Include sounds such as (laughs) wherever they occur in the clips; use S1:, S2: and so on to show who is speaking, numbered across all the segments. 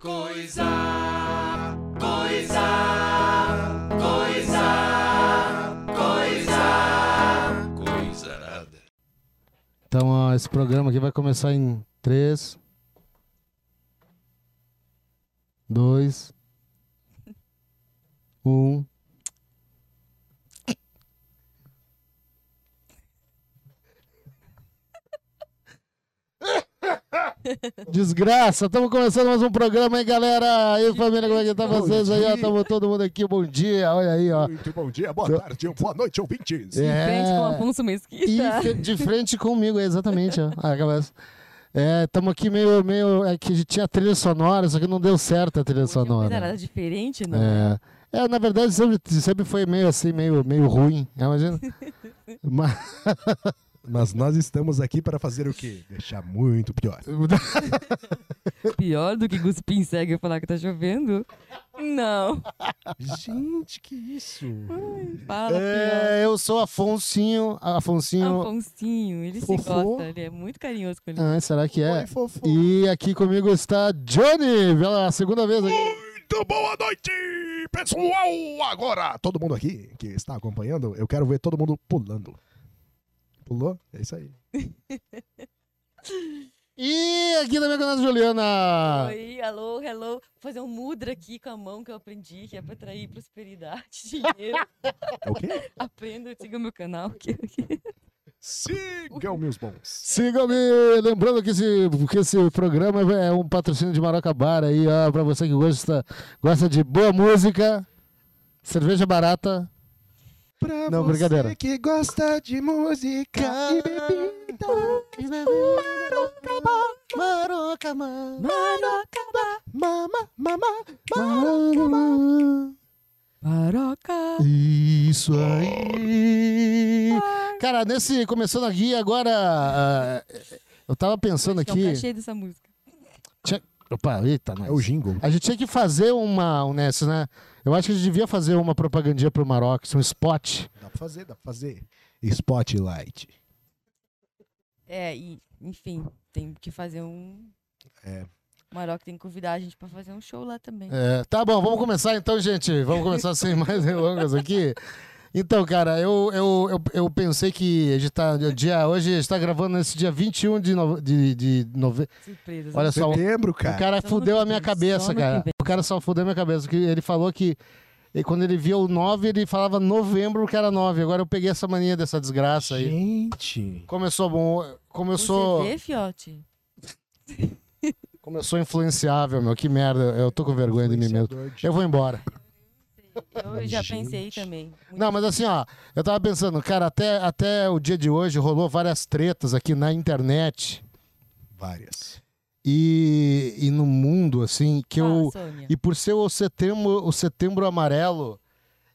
S1: Coisa, coisa, coisa, coisa, coisa nada.
S2: Então, ó, esse programa aqui vai começar em 3, 2, 1. Desgraça, estamos começando mais um programa, hein, galera? E aí, família, como é que tá
S3: Bom
S2: vocês aí? Ó,
S3: dia.
S2: tamo todo mundo aqui, bom dia, olha aí, ó.
S3: Muito bom dia, boa tarde, boa noite, ouvintes.
S2: É.
S4: Frente com o Afonso
S2: E
S4: Mesquita.
S2: fe- de frente comigo, é exatamente. ó. Ah, cabeça. É, estamos aqui meio, meio. É que tinha trilha sonora, só que não deu certo a trilha
S4: Não era
S2: sonora.
S4: nada diferente, não.
S2: É, é, na verdade sempre, sempre foi meio assim, meio, meio ruim, né,
S4: (laughs)
S2: imagina. Mas,
S3: Mas nós estamos aqui para fazer o quê? Deixar muito pior.
S4: Pior do que cuspir em cego e falar que tá chovendo. Não.
S3: Gente, que isso?
S4: Fala, pior.
S2: é, eu sou Afonsinho. Afonsinho.
S4: Afonsinho, ele
S2: Fofô.
S4: se gosta, ele é muito carinhoso com ele.
S2: Ah, será que é?
S3: Oi, fofo.
S2: E aqui comigo está Johnny, pela segunda vez aqui.
S3: Muito boa noite, pessoal! Agora, todo mundo aqui que está acompanhando, eu quero ver todo mundo pulando. Pulou? É isso aí.
S2: E aqui também com a nossa Juliana.
S4: Oi, alô, hello. Vou fazer um mudra aqui com a mão que eu aprendi, que é pra atrair prosperidade, (laughs) dinheiro.
S3: É o quê?
S4: Aprenda, siga o meu canal. Que, que...
S3: Sigam, meus bons.
S2: Siga-me! Lembrando que esse, que esse programa é um patrocínio de Maracabara aí, ó, pra você que gosta, gosta de boa música, cerveja barata.
S3: Pra
S2: Não, brincadeira.
S3: que gosta de música e bebida.
S2: Maracabara!
S4: Marocaba!
S3: Mama, mama,
S2: Maracabara!
S4: Maroca!
S2: Isso aí! Cara, nesse. Começando aqui agora. ah, eu tava pensando
S4: Então, tá
S2: aqui.
S4: cheio dessa música.
S2: Tinha, opa, eita, nós.
S3: É o jingle.
S2: A gente tinha que fazer uma, um nessa, né? Eu acho que a gente devia fazer uma propagandinha pro Maroc, um spot.
S3: Dá pra fazer, dá pra fazer. Spotlight.
S4: É, e, enfim, tem que fazer um.
S3: É.
S4: O Maroc tem que convidar a gente pra fazer um show lá também.
S2: É, tá bom, vamos começar então, gente. Vamos começar
S4: (laughs)
S2: sem mais delongas aqui. Então, cara, eu, eu, eu, eu pensei que a gente tá. o Dia, hoje a gente tá gravando nesse dia 21 de, nove, de, de nove...
S4: Surpresas.
S2: Olha só, o
S3: Setembro, cara.
S2: cara
S4: Só no
S2: fudeu a
S4: que
S2: minha
S4: vem,
S2: cabeça,
S4: só no um.
S2: cara.
S4: que vem.
S2: O cara só fudeu a minha cabeça. que Ele falou que e quando ele via o 9, ele falava novembro que era 9. Agora eu peguei essa mania dessa desgraça aí.
S3: Gente.
S2: Começou bom.
S4: Você
S2: Começou.
S4: vê, fiote?
S2: Começou influenciável, meu. Que merda. Eu tô com vergonha de mim mesmo.
S3: Influenciador de-
S2: Eu vou embora.
S4: Eu já
S3: Gente.
S4: pensei também.
S2: Não, mas assim, ó, eu tava pensando, cara, até, até o dia de hoje rolou várias tretas aqui na internet
S3: Várias.
S2: e, e no mundo, assim, que eu.
S4: Fala, Sônia.
S2: E por ser o setembro, o setembro amarelo,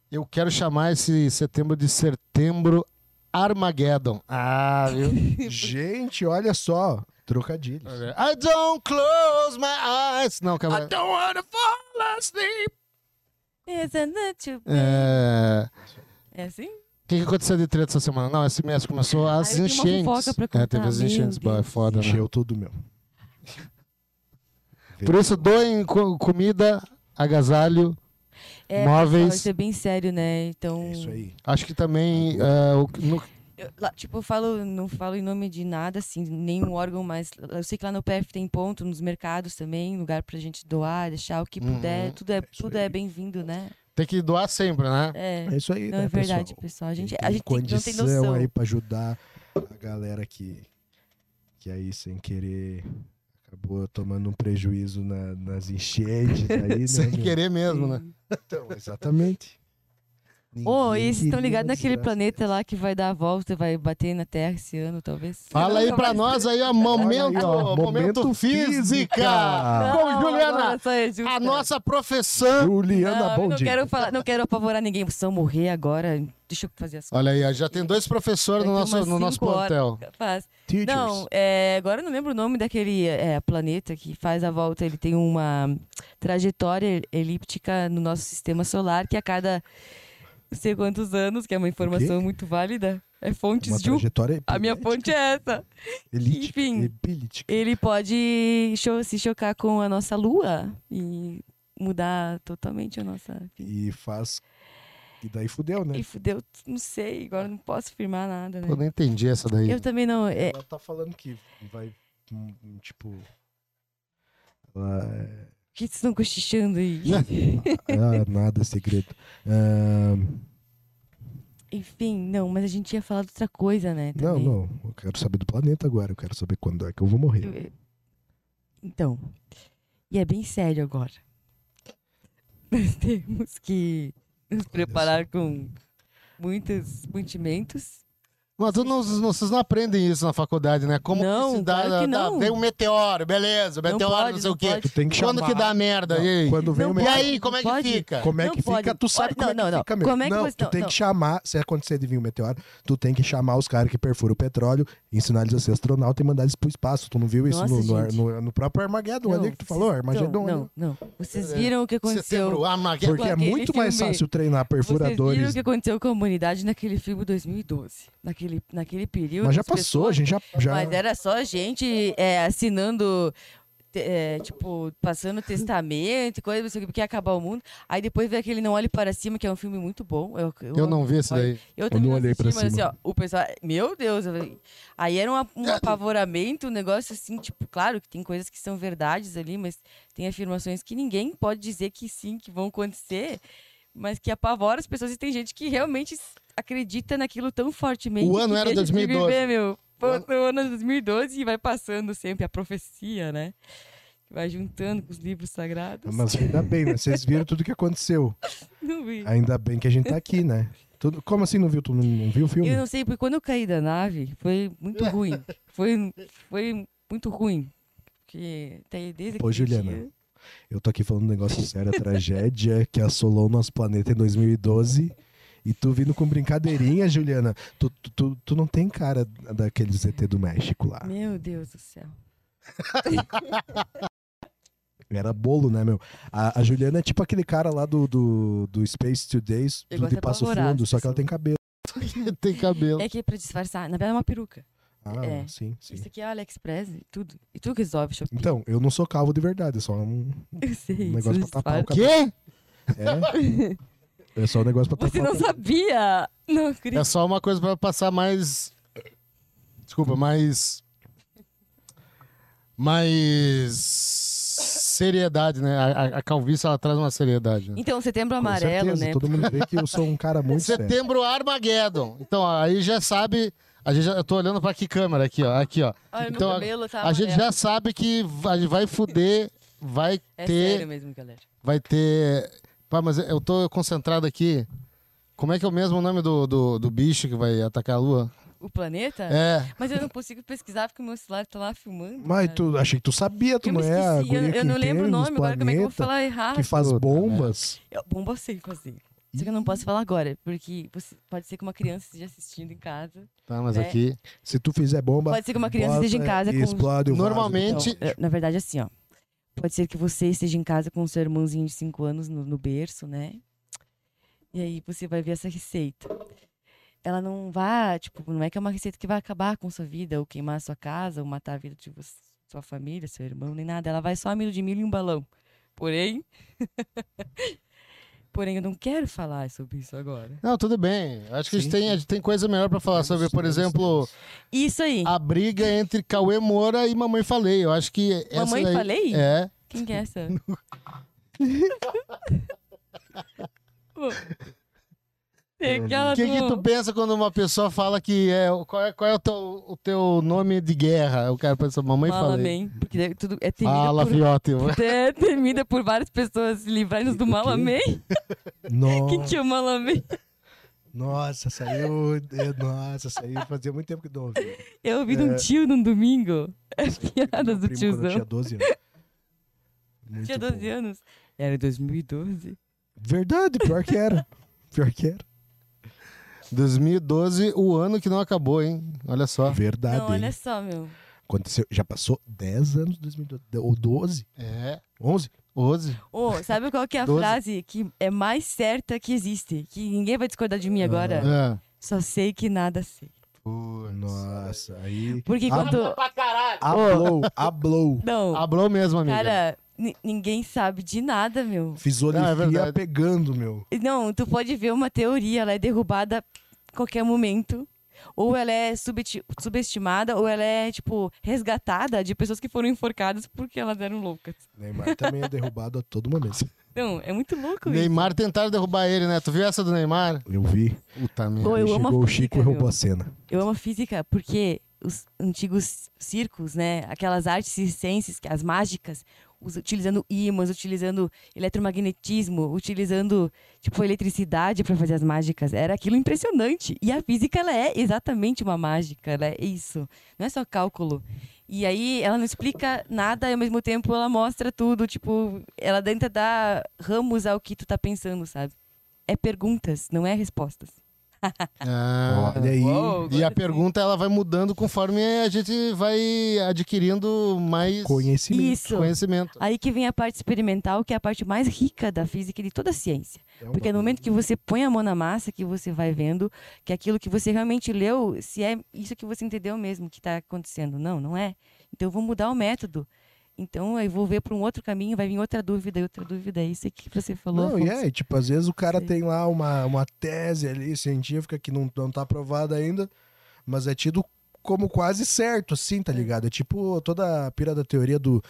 S2: eu quero chamar esse setembro de setembro Armageddon. Ah, viu?
S3: Gente, olha só. Trocadilhos.
S2: (laughs) I don't close my eyes. Não, cara.
S3: don't wanna fall asleep.
S4: Essa noite-
S2: É.
S4: É assim?
S2: O que, que aconteceu de treta essa semana? Não, esse mês começou as
S4: Ah, eu tenho uma
S2: enchentes.
S4: fofoca pra
S2: é, teve
S4: contar,
S2: as
S4: meu
S2: enchentes, bah, é
S4: Deus.
S2: foda, né?
S3: Encheu tudo, meu.
S2: Por isso, doem co- comida, agasalho.
S4: É,
S2: Móveis.
S4: pessoal, isso é bem sério, né? Então.
S3: É isso aí.
S2: Acho que também. é, o que- no-
S4: eu- lá, tipo, eu falo, não falo em nome de nada, assim, nenhum órgão, mas eu sei que lá no PF tem ponto, nos mercados também, lugar pra gente doar, deixar o que
S2: Uhum,
S4: puder. Tudo é,
S3: isso
S4: tudo
S3: aí.
S4: é bem-vindo, né?
S2: tem que doar sempre, né?
S4: É.
S3: É isso aí,
S4: Não,
S3: né,
S4: é verdade,
S3: pessoal?
S4: pessoal. A gente,
S3: Quem
S4: a gente tem- não tem
S3: condição
S4: noção.
S3: aí pra ajudar a galera que, que aí, sem querer, acabou tomando um prejuízo na- nas enchentes aí,
S4: (laughs)
S3: né?
S2: Sem
S3: meu?
S2: querer mesmo, né?
S3: Então, exatamente.
S4: Ô,
S3: Ninguém
S4: e vocês estão
S3: queria
S4: ligados naquele
S3: desgraça.
S4: planeta lá que vai dar a volta e vai bater na Terra esse ano, talvez?
S2: Fala aí pra nós aí, ó, momento,
S3: aí, ó,
S2: momento
S3: momento
S2: física.
S3: física.
S2: Com Juliana,
S4: agora só é justa.
S2: a nossa professã.
S3: Juliana
S4: Não, eu não
S3: Bondi.
S4: quero falar, não quero apavorar ninguém. Precisam morrer agora. Deixa eu fazer as coisas.
S2: Olha aí, ó, já tem dois professores no
S4: Daqui
S2: nosso,
S4: umas
S2: no nosso
S4: cinco horas.
S2: plantel.
S4: Faz.
S3: Teachers.
S4: Não, é, agora eu não lembro o nome daquele é, planeta que faz a volta. Ele tem uma trajetória elíptica no nosso sistema solar que a cada não sei quantos anos, que é uma informação muito válida. É fontes
S3: Uma
S4: de um.
S3: trajetória
S4: A minha fonte é essa.
S3: elítica,
S4: enfim.
S3: elítica.
S4: Ele pode cho- se chocar com a nossa lua e mudar totalmente a nossa.
S3: E faz. E daí fudeu, né?
S4: E fudeu, não sei, agora não posso afirmar nada, né?
S2: Pô, não entendi essa daí.
S4: Eu também não. é-
S3: Ela tá falando que vai. hum, hum, Tipo. Ela é-
S4: Por que vocês estão cochichando aí?
S3: Ah, nada, segredo. Ah,
S4: Enfim, não, mas a gente ia falar de outra coisa, né?
S3: não,
S4: também.
S3: não. Eu quero saber do planeta agora. Eu quero saber quando é que eu vou morrer.
S4: Eu- eu- Então. E é bem sério agora. (laughs) Nós temos que nos preparar com muitos mantimentos.
S2: Mas tu não- não- vocês não aprendem isso na faculdade, né? Como
S4: Não,
S2: que se dá,
S4: claro que
S2: dá-
S4: não.
S2: Vem um meteoro, beleza, meteoro, não,
S4: pode,
S2: sei
S4: não
S2: o quê.
S4: pode.
S3: Tu tem que chamar.
S2: Quando que dá merda?
S3: Não,
S2: e aí?
S3: Quando vem
S4: Não
S3: o
S2: E
S4: pode.
S2: aí, como é que
S4: pode.
S2: fica?
S3: Como é
S4: Não
S3: que fica?
S4: pode.
S3: Tu sabe
S4: Olha,
S3: como é
S4: não,
S3: que
S4: não,
S3: fica
S4: não.
S3: mesmo.
S4: Como é que
S3: não,
S4: você-
S3: tu
S4: não,
S3: tem
S4: não.
S3: que chamar, se acontecer de vir um meteoro, tu tem que chamar os caras que perfuram o petróleo, ensinar eles a ser astronauta e mandar eles pro espaço. Tu não viu isso
S4: Nossa,
S3: no, no, ar-
S4: gente.
S3: no- no próprio Armageddon
S4: Não,
S3: ali que tu
S4: vocês-
S3: falou? Armageddon.
S4: não,
S3: né?
S4: não, não. Vocês viram o que aconteceu?
S2: Setembro, Armageddon.
S3: Porque é
S4: Aquele
S3: muito mais
S4: filme-
S3: fácil treinar
S4: Vocês viram
S3: perfuradores.
S4: o que aconteceu com a humanidade naquele filme 2012. Naquele, naquele período.
S3: Mas já
S4: as
S3: passou, a
S4: pessoas-
S3: gente já. já...
S4: Mas é era só gente é, assinando, te- é, tipo, passando testamento e coisa, não sei o que, porque ia acabar o mundo. Aí depois veio aquele Não Olhe Para Cima, que é um filme muito bom. Eu,
S2: Eu não vi isso daí.
S4: Eu, também
S3: não
S4: não
S3: olhei
S4: assisti,
S3: pra
S4: mas
S3: cima.
S4: assim, ó, o pessoal, meu Deus, eu falei, aí era uma- um apavoramento, um negócio assim, tipo, claro que tem coisas que são verdades ali, mas tem afirmações que ninguém pode dizer que sim, que vão acontecer, mas que apavora as pessoas e tem gente que realmente s- acredita naquilo tão fortemente.
S2: O ano
S4: que
S2: era
S4: deixa de
S2: 2012.
S4: Viver, meu. Pô,
S2: O ano-
S4: o ano é 2012 e vai passando sempre a profecia, né? Vai juntando com os livros sagrados.
S3: Mas ainda bem, né? Vocês viram tudo que
S4: (laughs)
S3: aconteceu.
S4: Não vi.
S3: Ainda bem que a gente tá aqui, né? Tudo... Como assim não viu? Tu não, não viu o filme?
S4: Eu não sei, porque quando eu caí da nave, foi
S3: (laughs)
S4: muito ruim. Foi, foi muito ruim. Porque até desde
S3: Pô,
S4: aquele
S3: Juliana.
S4: dia-
S3: Eu tô aqui falando um negócio sério, a tragédia (laughs) que assolou o nosso planeta em 2012. E tu vindo com brincadeirinha, Juliana. Tu, tu, tu, tu não tem cara daquele ZT do México lá.
S4: Meu Deus do céu.
S3: Era bolo, né, meu? A, a Juliana é tipo aquele cara lá do, do, do Space Today,
S4: Eu
S3: do
S4: gosto
S3: de
S4: de
S3: Passo
S4: apavorar as
S3: Fundo, só que ela
S4: pessoas.
S3: tem cabelo.
S2: (laughs) Tem cabelo.
S4: É que é pra disfarçar. Na verdade, é uma peruca.
S3: Ah,
S4: É.
S3: sim, Então sim.
S4: Isso aqui é AliExpress e tudo. E tu resolve shopping.
S3: Então, eu não sou calvo de verdade, é só um,
S4: (laughs) eu sei.
S3: um
S4: isso
S3: negócio pra tapar o
S4: disfarça.
S3: cabelo.
S2: Quê?
S3: (laughs) É, é só um negócio pra tapar
S4: Você
S3: o
S4: não
S3: cabelo.
S4: sabia! Não acredito.
S2: É só uma coisa pra passar mais. Desculpa, mais. Mais. Seriedade, né? A, a- a calvície ela traz uma seriedade. Né?
S4: Então, setembro
S3: Com
S4: amarelo,
S3: certeza,
S4: né?
S3: Todo mundo vê que eu sou um cara muito sério.
S2: Setembro Armageddon. Então, aí já sabe. A gente já, eu tô olhando pra que câmera aqui, ó. Aqui, ó.
S4: Olha,
S2: então,
S4: meu
S2: a-
S4: cabelo tá
S2: a, gente
S4: amarelo.
S2: já sabe que vai, vai fuder, vai
S4: É
S2: ter.
S4: sério mesmo, galera.
S2: Vai ter. Pá, mas eu tô concentrado aqui. Como é que é o mesmo nome do, do, do bicho que vai atacar a lua?
S4: O planeta?
S2: É.
S4: Mas eu não consigo pesquisar porque o meu celular tá lá filmando.
S3: Mas
S4: cara.
S3: tu, achei que tu sabia, tu
S4: eu
S3: não
S4: me
S3: é a
S4: esqueci, eu,
S3: guria
S4: eu
S3: que
S4: não lembro o
S3: entende dos
S4: nome agora, como é que eu vou
S3: planeta,
S4: falar errado?
S3: Que faz
S2: Puta
S3: bombas.
S4: Eu, bomba eu sei fazer. Só que eu não posso falar agora, porque você- pode ser que uma criança esteja assistindo em casa.
S2: Tá, mas
S4: É.
S2: aqui.
S3: Se tu fizer bomba.
S4: Pode ser que uma criança
S3: bota
S4: esteja em casa
S3: e
S4: com-
S3: Explode o vaso
S2: Normalmente-
S4: Então,
S2: Gente-
S4: é, na verdade, assim, ó. Pode ser que você esteja em casa com o seu irmãozinho de 5 anos no, no berço, né? E aí você vai ver essa receita. Ela não vai, tipo, não é que é uma receita que vai acabar com sua vida, ou queimar a sua casa, ou matar a vida de você- sua família, seu irmão, nem nada. Ela vai só amido de milho e um balão. Porém. (laughs) Porém, eu não quero falar sobre isso agora.
S2: Não, tudo bem. Acho que a gente,
S3: Sim. É,
S2: tem, a gente tem coisa melhor pra falar sobre, por exemplo,
S4: Isso aí.
S2: a briga entre Cauê Moura e Mamãe Falei. Eu acho que. Essa
S4: Mamãe
S2: daí-
S4: Falei?
S2: É.
S4: Quem que é
S3: (laughs)
S4: essa? (laughs) Pô. Tem
S2: O
S4: aquela
S2: que, que
S4: do-
S2: tu pensa quando uma pessoa fala que é. Qual é, qual é o, teu, o teu nome de guerra? O cara pensa, Mamãe
S4: Fala
S2: Falei.
S4: amém. Porque daí tudo é temida,
S3: Ah,
S2: Fala,
S4: por...
S2: fiote. (laughs)
S4: (laughs) é temida por várias pessoas. Livrai-nos do mal,
S3: quê?
S4: amém? (laughs)
S3: No-
S4: Quem te ama, amém?
S3: Nossa, saiu. Nossa, saiu. Fazia muito tempo que não
S4: (laughs)
S3: ouvi.
S4: Eu ouvi de um
S3: É.
S4: tio num domingo. É piada
S3: Meu
S4: do
S3: primo, quando eu Tinha
S4: tiozão.
S3: 12 anos. Muito
S4: Tinha 12
S3: bom.
S4: anos. Era em 2012.
S3: Verdade, pior que era. Pior que era.
S2: 2012, o ano que não acabou, hein? Olha só.
S3: Verdade.
S4: Não,
S3: hein?
S4: olha só, meu.
S3: Aconteceu, já passou 10 anos de 2012. Ou 12?
S2: É.
S3: 11?
S2: 11.
S4: Ô, sabe qual que é a
S2: Doze.
S3: Ah.
S4: frase que é mais certa que existe? Que ninguém vai discordar de mim agora.
S2: É.
S4: Só sei que nada sei.
S2: Pô,
S3: Nossa, aí.
S4: Porque
S3: Ah,
S4: quando.
S3: A blow, a blow.
S4: Não,
S2: Abrou mesmo, amiga.
S4: cara, ni- ninguém sabe de nada, meu.
S3: Fisionomia
S2: Ah, é verdade.
S3: pegando, meu.
S4: Não, tu pode ver uma teoria, ela é derrubada a qualquer momento. Ou ela é subeti- subestimada, ou ela é, tipo, resgatada de pessoas que foram enforcadas porque elas eram loucas.
S3: Neymar também é derrubado a todo momento.
S4: Não, é muito louco isso.
S2: Neymar tentaram derrubar ele, né? Tu viu essa do Neymar?
S3: Eu vi.
S2: Puta merda.
S4: Pô, eu
S3: Aí
S4: amo a
S3: chegou o
S4: física,
S3: Chico e roubou
S4: meu.
S3: a cena.
S4: Eu amo a física porque os antigos circos, né? Aquelas artes circenses, que- as mágicas, us- utilizando ímãs, utilizando eletromagnetismo, utilizando, tipo, eletricidade para fazer as mágicas. Era aquilo impressionante. E a física, ela é exatamente uma mágica. Ela é isso. Não é só cálculo. E aí, ela não explica nada e, ao mesmo tempo, ela mostra tudo. Tipo, ela tenta dar ramos ao que tu tá pensando, sabe? É perguntas, não é respostas.
S2: Ah.
S3: Olha aí.
S4: Uou,
S2: E
S4: agora
S2: a
S4: sim.
S2: pergunta ela vai mudando conforme a gente vai adquirindo mais
S3: Conhecimento.
S4: Isso.
S2: conhecimento.
S4: Aí que vem a parte experimental, que é a parte mais rica da física e de toda a ciência.
S3: É um
S4: Porque no momento que você põe a mão na massa, que você vai vendo que aquilo que você realmente leu, se é isso que você entendeu mesmo que está acontecendo. Não, não é. Então eu vou mudar o método. Então eu vou ver para um outro caminho, vai vir outra dúvida, e outra dúvida. É isso que você falou. assim,
S3: Não,
S4: Afonso.
S3: e é, tipo, às vezes o cara
S4: Sim.
S3: tem lá uma, uma tese ali científica que não, não tá aprovada ainda, mas é tido como quase certo, assim, tá ligado? É tipo toda a pira da teoria do,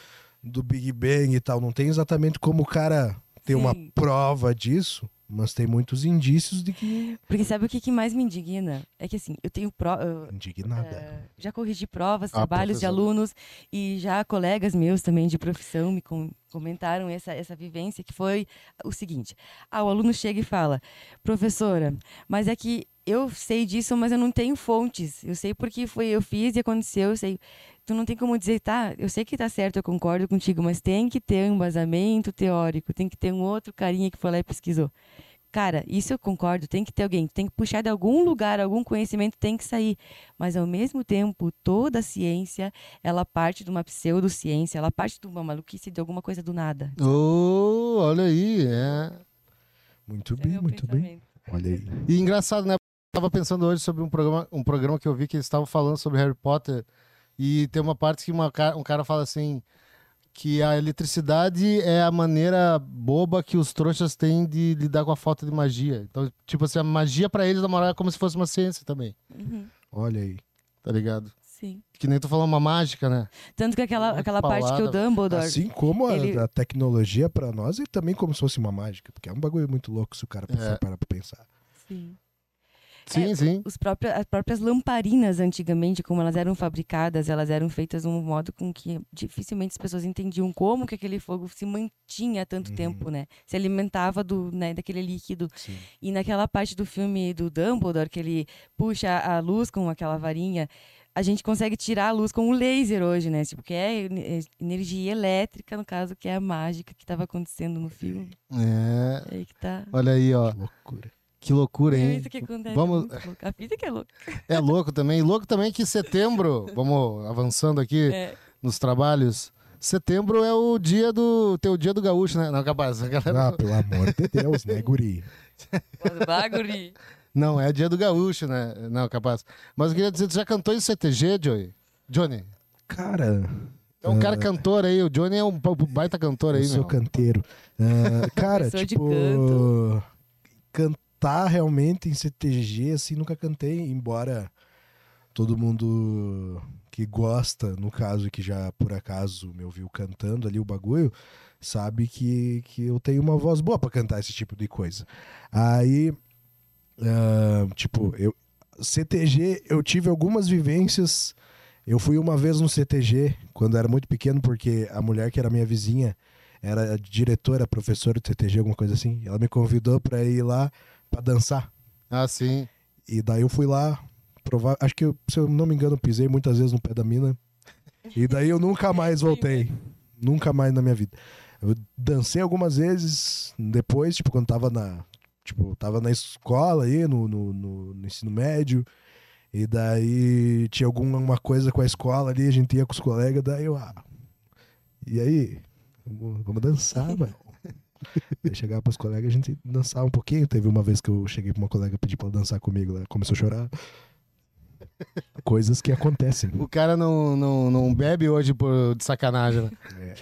S3: do Big Bang e tal. Não tem exatamente como o cara ter uma
S4: Sim.
S3: prova disso, mas tem muitos indícios de que.
S4: Porque sabe o que, que mais me indigna? É que assim, eu tenho pro... eu-
S3: Indignada.
S4: eh, já corrigi provas,
S2: Ah,
S4: trabalhos de
S2: professora.
S4: alunos e já colegas meus também de profissão me com- comentaram essa, essa vivência que foi o seguinte: ah, o aluno chega e fala, professora, mas é que eu sei disso, mas eu não tenho fontes. Eu sei porque foi eu fiz e aconteceu, eu sei. Tu não tem como dizer, tá, eu sei que tá certo, eu concordo contigo, mas tem que ter um embasamento teórico, tem que ter um outro carinha que foi lá e pesquisou. Cara, isso eu concordo, tem que ter alguém, tem que puxar de algum lugar, algum conhecimento tem que sair. Mas ao mesmo tempo, toda a ciência, ela parte de uma pseudociência, ela parte de uma maluquice de alguma coisa do nada.
S2: Oh, olha aí. É.
S3: Muito
S4: é
S3: bem, muito bem. Olha aí.
S2: E engraçado, né? Eu tava pensando hoje sobre um programa, um programa que eu vi que eles estavam falando sobre Harry Potter. E tem uma parte que uma ca- um cara fala assim: que a eletricidade é a maneira boba que os trouxas têm de lidar com a falta de magia. Então, tipo assim, a magia pra eles, na moral, é como se fosse uma ciência também,
S4: Uhum,
S3: Olha aí.
S2: tá ligado?
S4: sim.
S2: Que nem tu falou uma mágica, né?
S4: Tanto que aquela,
S2: Muito
S4: aquela parte que o
S2: paulada,
S4: Dumbledore.
S3: Assim como a,
S4: ele-
S3: a tecnologia pra nós e também como se fosse uma mágica, porque é um bagulho muito louco se o cara pensar, parar pra pensar.
S4: Sim.
S2: Sim, sim.
S4: Os próprios, as próprias lamparinas, antigamente, como elas eram fabricadas, elas eram feitas de um modo com que dificilmente as pessoas entendiam como que aquele fogo se mantinha tanto
S3: Uhum.
S4: tempo, né? Se alimentava do, né, daquele líquido.
S3: Sim.
S4: E naquela parte do filme do Dumbledore, que ele puxa a luz com aquela varinha, a gente consegue tirar a luz com um laser hoje, né? Tipo, que é eh, energia elétrica, no caso, que é a mágica que estava acontecendo no filme.
S2: É.
S4: É aí que tá.
S2: Olha aí, ó.
S3: Que loucura.
S2: Que loucura,
S4: É
S2: hein?
S4: isso que acontece.
S2: Vamos-
S4: é muito louco. A física é louca.
S2: É louco também. E louco também que setembro, vamos avançando aqui
S4: É.
S2: nos trabalhos. Setembro é o dia do teu dia do gaúcho, né? Não, capaz, (laughs) a galera-
S3: Ah, pelo amor de Deus, né, guri?
S4: Baguri.
S2: Não, é dia do gaúcho, né? Não, capaz. Mas eu queria dizer, tu já cantou em CTG, Johnny? Johnny.
S3: Cara,
S2: É um cara cantor aí, o Johnny é um pa- baita cantor
S3: eu
S2: aí,
S3: sou
S2: meu.
S3: canteiro.
S2: (laughs)
S3: Ah, cara,
S4: Professor de
S3: tipo, cantar realmente em CTG, assim, nunca cantei, embora todo mundo que gosta, no caso, que já por acaso me ouviu cantando ali o bagulho, sabe que, que eu tenho uma voz boa pra cantar esse tipo de coisa. Aí, ah, tipo, eu CTG, eu tive algumas vivências. Eu fui uma vez no CTG, quando era muito pequeno, porque a mulher que era minha vizinha era diretora, professora do CTG, alguma coisa assim. Ela me convidou pra ir lá pra dançar.
S2: Ah, sim.
S3: E daí eu fui lá provar. Acho que, eu, se eu não me engano, eu pisei muitas vezes no pé da mina. E daí eu nunca mais voltei. nunca mais na minha vida. Eu dancei algumas vezes depois, tipo, quando tava na. Tipo, tava na escola aí, no, no, no- no ensino médio. E daí tinha alguma coisa com a escola ali, a gente ia com os colegas, daí eu. Ah, e aí? Vamos, vamos dançar, mano. Eu chegava pros colegas, a gente dançava um pouquinho. Teve uma vez que eu cheguei pra uma colega pedir pra ela dançar comigo, ela começou a chorar. Coisas que acontecem.
S2: O cara não, não, não bebe hoje por, de sacanagem, né?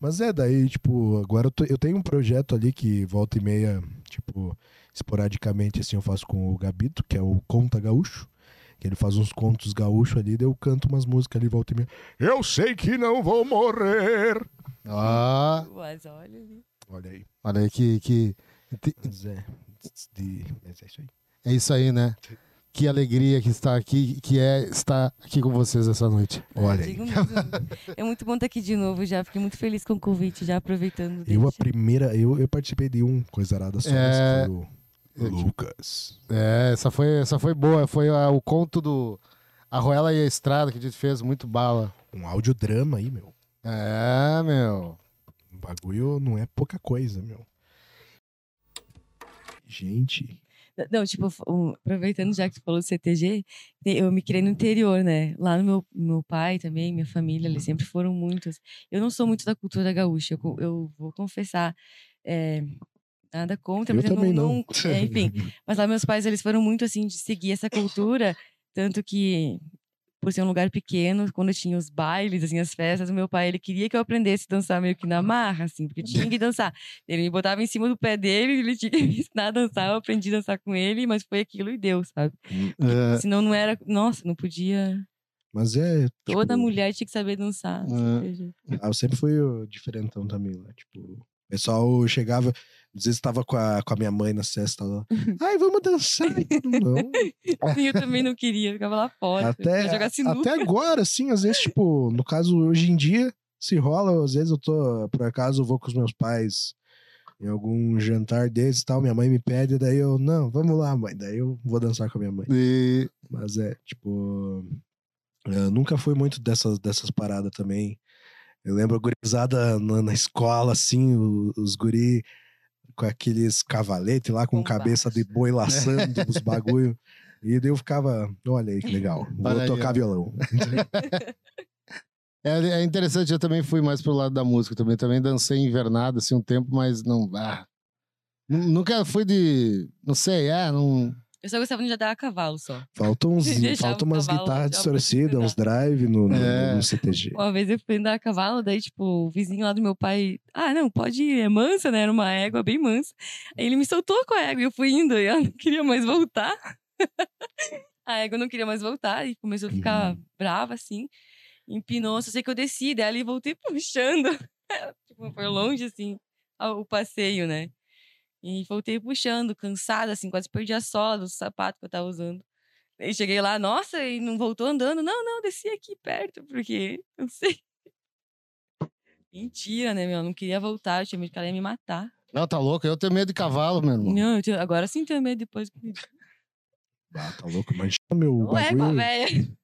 S3: Mas é, daí, tipo, agora eu, tô- eu tenho um projeto ali que volta e meia, tipo, esporadicamente, assim, eu faço com o Gabito, que é o Conta Gaúcho. Que ele faz uns contos gaúcho ali, daí eu canto umas músicas ali, volta e meia. Eu sei que não vou morrer.
S2: Ó,
S4: Mas olha ali.
S3: Olha aí.
S2: olha aí que, que.
S3: Mas é, de- mas é isso aí.
S2: É isso aí, né? Que alegria que está aqui, que é estar aqui com vocês essa noite.
S3: Olha aí.
S4: Digo mesmo. É muito bom estar aqui de novo já. Fiquei muito feliz com o convite, já aproveitando.
S3: Eu,
S4: deixa.
S3: a primeira, eu, eu participei de um Coisarada só,
S2: É. tipo
S3: que foi o Lucas.
S2: É, essa foi, essa foi boa. Foi a- o conto do Arruela e a Estrada que a gente fez, muito bala.
S3: Um audiodrama aí, meu.
S2: É, meu.
S3: O bagulho não é pouca coisa, meu. Gente,
S4: Não, tipo, o- aproveitando já que tu falou do CTG, te- eu me criei no interior, né? Lá no meu, meu pai também, minha família, eles sempre foram muitos. Eu não sou muito da cultura gaúcha, eu, co- eu vou confessar. é, nada contra,
S3: Eu
S4: mas
S3: também
S4: eu
S3: não.
S4: não. não
S3: (laughs)
S4: é, enfim, mas lá meus pais, eles foram muito assim de seguir essa cultura, tanto que por ser um lugar pequeno, quando eu tinha os bailes, assim, as festas, o meu pai, ele queria que eu aprendesse a dançar meio que na marra, assim, porque tinha que dançar. Ele me botava em cima do pé dele, ele tinha que me ensinar a dançar, eu aprendi a dançar com ele, mas foi aquilo e deu, sabe?
S2: É,
S4: Senão não era, nossa, não podia,
S3: mas é.
S4: toda
S3: tipo,
S4: mulher tinha que saber dançar. não
S2: Ah.
S4: sei se-
S3: Ah, Eu sempre fui o diferentão também lá. Tipo, o pessoal chegava, às vezes tava com a, com a minha mãe na cesta
S4: (laughs)
S3: lá. Ai, vamos dançar. e todo mundo, Não,
S4: E eu também não queria, eu ficava lá fora, eu
S3: Até,
S4: queria jogar sinuca.
S3: até agora, assim, às vezes, tipo, no caso, hoje em dia, se rola, às vezes eu tô, por acaso, eu vou com os meus pais em algum jantar deles e tal, minha mãe me pede, daí eu, não, vamos lá, mãe, daí eu vou dançar com a minha mãe.
S2: e-
S3: Mas é, tipo, eu nunca fui muito dessas, dessas paradas também. Eu lembro a gurizada na, na escola, assim, o- os guri com aqueles cavaletes lá, com
S4: Com
S3: cabeça de boi laçando
S4: (laughs)
S3: os bagulho. E daí eu ficava, olha aí que legal, vou
S2: Olha aí,
S3: tocar
S2: ó.
S3: violão.
S2: é, é interessante, eu também fui mais pro lado da música também. Também dancei invernada assim um tempo, mas não. ah. Nu- nunca fui de. Não sei, ah, não.
S4: Eu só gostava de andar a cavalo, só.
S3: Faltam, uns,
S4: (laughs) Deixava
S3: faltam
S4: o
S3: umas
S4: cavalo
S3: guitarras
S4: já
S3: distorcidas, uns drive no, no,
S2: É.
S3: no
S4: (laughs)
S3: CTG.
S4: Uma vez eu fui andar a cavalo, daí, tipo, o vizinho lá do meu pai, ah, não, pode ir, é mansa, né? Era uma égua bem mansa. Aí ele me soltou com a égua e eu fui indo, e ela não queria mais voltar. (laughs) a égua não queria mais voltar e começou a ficar brava, assim. Empinou, só sei que eu desci dela e voltei puxando. tipo, foi longe, assim, a- o passeio, né? E voltei puxando, cansada, assim, quase perdi a sola do sapato que eu tava usando. Aí cheguei lá, nossa, e não voltou andando. Não, não, desci aqui perto, porque eu sei. (laughs) Mentira, né, meu? Eu não queria voltar, eu tinha medo que ela ia me matar.
S2: Não, tá louco? Eu tenho medo de cavalo, meu
S3: Tá
S2: irmão.
S4: Não, eu tenho- agora sim tenho medo depois que me
S3: Ah, tá louco, imagina meu o
S4: Não é com a
S3: bagulho.
S4: velha.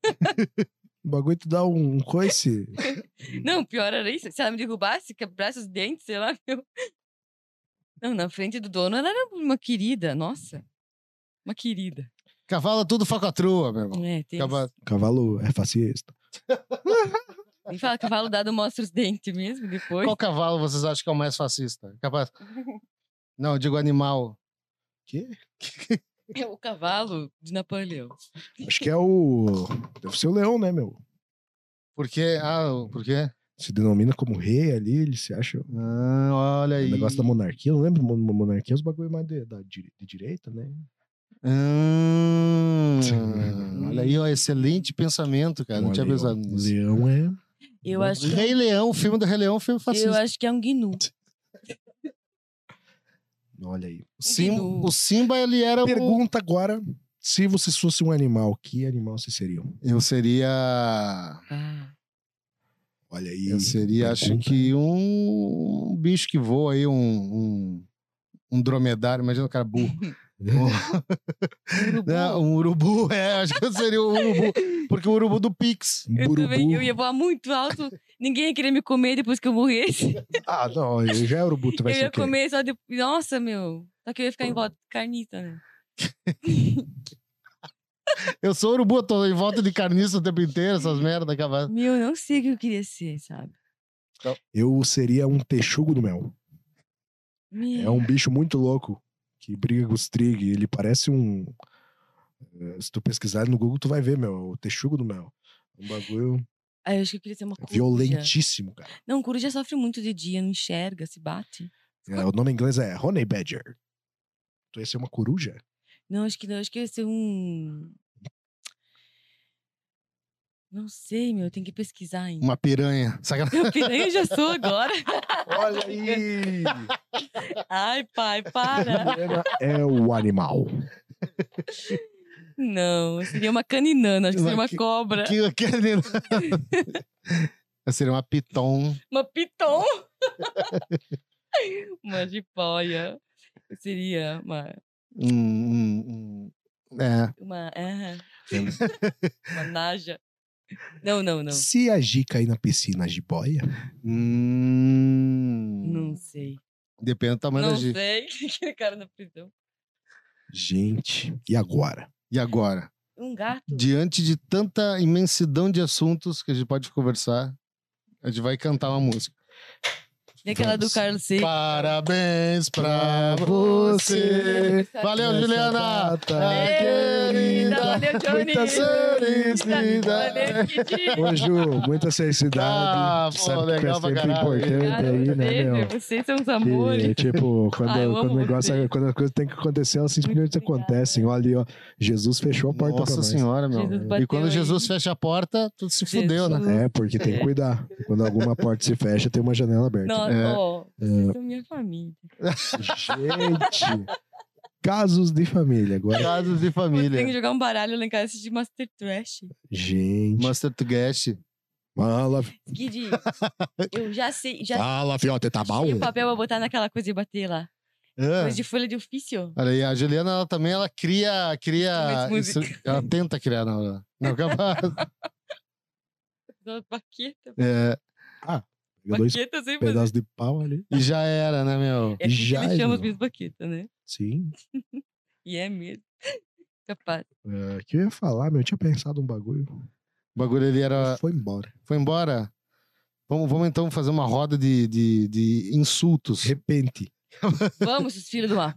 S3: O bagulho tu dá um coice.
S4: (laughs) Não, pior era isso. Se ela me derrubasse, quebrasse os dentes, sei lá, (laughs) meu. Não, na frente do dono ela era uma querida, nossa. Uma querida.
S2: Cavalo é tudo facatrua, meu irmão.
S4: É, tem.
S2: Acaba-
S3: Tá Cavalo é fascista.
S4: E fala, cavalo dado mostra os dentes mesmo depois.
S2: Qual cavalo vocês acham que é o mais fascista? Capaz... Não, eu digo animal.
S3: Que?
S4: É o cavalo de Napoleão.
S3: Acho que é o. Deve ser o leão, né, meu?
S2: Por quê? Ah, o- por quê?
S3: Se denomina como rei ali, ele se acha.
S2: Ah, olha
S3: O
S2: aí.
S3: negócio tá da monarquia, eu não lembro, mon- monarquia é os bagulho mais de, da dire- de direita, né?
S2: Hum, olha aí, ó, excelente pensamento, cara. É, Não
S3: Olha
S2: tinha
S3: aí, ó.
S2: pensado
S3: O
S2: nisso.
S3: Leão é.
S4: Eu acho que
S2: Rei Leão, o filme do Rei Leão, é um filme
S4: Eu
S2: fascista.
S4: acho que é um gnu.
S3: Olha aí.
S2: O Simba,
S4: Guido.
S2: o Simba, ele era. um o-
S3: Pergunta agora: se você fosse um animal, que animal você seria?
S2: Eu seria.
S3: Ah. Olha aí.
S2: Eu seria, acho
S3: pergunta.
S2: que um, um bicho que voa aí, um, um, um dromedário, imagina o cara
S4: (laughs)
S2: burro.
S4: Urubu.
S2: Não, um urubu, (laughs) é, acho que eu seria o urubu, porque o urubu do Pix.
S3: Um
S4: eu, também, eu
S3: urubu.
S4: ia voar muito alto, ninguém ia querer me comer depois que eu morresse.
S3: Ah, não, eu já é urubu, tu
S4: (laughs) Eu
S3: vai ser
S4: ia
S3: o quê?
S4: comer só depois. Nossa, meu. Só que eu ia ficar em volta de carnita, né?
S2: Eu sou urubu, eu tô em volta de carniça o tempo inteiro, essas merdas, capaz.
S4: Meu, eu não sei o que eu queria ser, sabe?
S2: Então.
S3: Eu seria um texugo do mel. É
S4: Meu,
S3: um bicho muito louco que briga com os trig. Ele parece um. eh, Se tu pesquisar no Google, tu vai ver, meu. é O texugo do mel. Um bagulho
S4: ah, eu acho que eu queria ser uma coruja.
S3: violentíssimo, cara.
S4: Não, coruja sofre muito de dia, não enxerga, se bate.
S3: É, o nome em inglês é Honey Badger. Tu ia ser uma coruja?
S4: Não, acho que não, acho que ia ser um. Não sei, meu, tem que pesquisar ainda.
S2: Uma piranha. Sacanagem.
S4: (laughs) Eu piranha já sou agora.
S3: Olha aí!
S4: Ai, pai,
S2: (laughs)
S4: para.
S3: Helena é o animal.
S4: Não, eu seria uma caninana, acho que seria
S2: Uma
S4: uma
S2: que-
S4: cobra.
S2: Que, (laughs) que- Seria um uma piton. (laughs)
S4: Uma piton. uma jiboia. Eu seria uma.
S2: Hum, hum, hum. um, É.
S4: Uma. aham, (laughs) uma naja. Não, não, não.
S3: Se a Gi cair na piscina, a jiboia?
S2: Hum.
S4: Não sei.
S2: Depende do tamanho
S4: não
S2: da G.
S4: sei. (laughs) Aquele cara na prisão.
S3: Gente, e agora?
S2: E agora?
S4: Um gato?
S2: Diante de tanta imensidão de assuntos que a gente pode conversar, a gente vai cantar uma música.
S4: E aquela do
S3: vamos.
S4: Carlos C.
S2: Parabéns pra você. Valeu,
S3: Nessa
S2: Juliana!
S3: data
S2: Ah,
S4: Querida,
S2: querida.
S4: valeu, Johnny.
S3: muitas felicidades.
S4: Valeu,
S3: (laughs)
S4: Kid.
S3: Ô, Ju, muita felicidade.
S2: Ah,
S3: Tu
S2: pô,
S3: sabe que tu é
S2: legal pra
S3: sempre
S2: caralho.
S3: importante
S4: Cara,
S3: aí, né,
S4: beijo,
S3: meu?
S4: Vocês são os
S3: Que,
S4: amores.
S3: tipo, quando,
S4: eu
S3: quando
S4: amo
S3: o negócio,
S4: vocês.
S3: quando a coisa tem que acontecer, elas simplesmente
S4: Muito obrigada.
S3: acontecem. Olha ali, ó. Jesus fechou a porta pra
S2: Nossa
S3: nós.
S2: senhora, meu.
S4: Jesus
S2: E
S4: bateu
S2: quando
S4: aí.
S2: Jesus fecha a porta, tudo se fudeu, né?
S4: Jesus.
S3: É, porque tem que cuidar. Quando alguma porta se fecha, tem uma janela aberta.
S4: Nossa,
S2: É.
S4: ó, vocês são minha família.
S3: Gente! Casos de família agora.
S2: Casos de
S4: Tem que
S2: família.
S4: jogar um baralho lá em casa de Master Trash.
S3: Gente.
S2: Master to Guest.
S3: Fala, (laughs)
S4: Guidi, eu já sei, já
S3: fala, fiote, tá mal?
S4: achei o um papel pra botar naquela coisa e bater lá.
S2: Ah.
S4: Coisa de folha de ofício.
S2: Olha aí, a Juliana, ela também, ela cria, cria,
S4: Instrumentos
S2: isso- ela tenta criar, não, não capaz. (laughs)
S4: Da Baqueta.
S2: É,
S3: Dois
S4: Baqueta eu sempre
S3: pedaços de pau ali.
S2: e já era, né, meu?
S4: É assim que
S3: já,
S4: eles chamam as
S3: irmão.
S4: minhas baquetas, né?
S3: Sim.
S4: E é mesmo. (laughs) Capaz.
S3: É, O que eu ia falar, meu? Eu tinha pensado um bagulho.
S2: O bagulho ele era,
S3: Foi embora.
S2: foi embora. Vamos, vamos então fazer uma roda de, de, de insultos.
S3: De repente.
S4: Vamos, seus filhos do mar.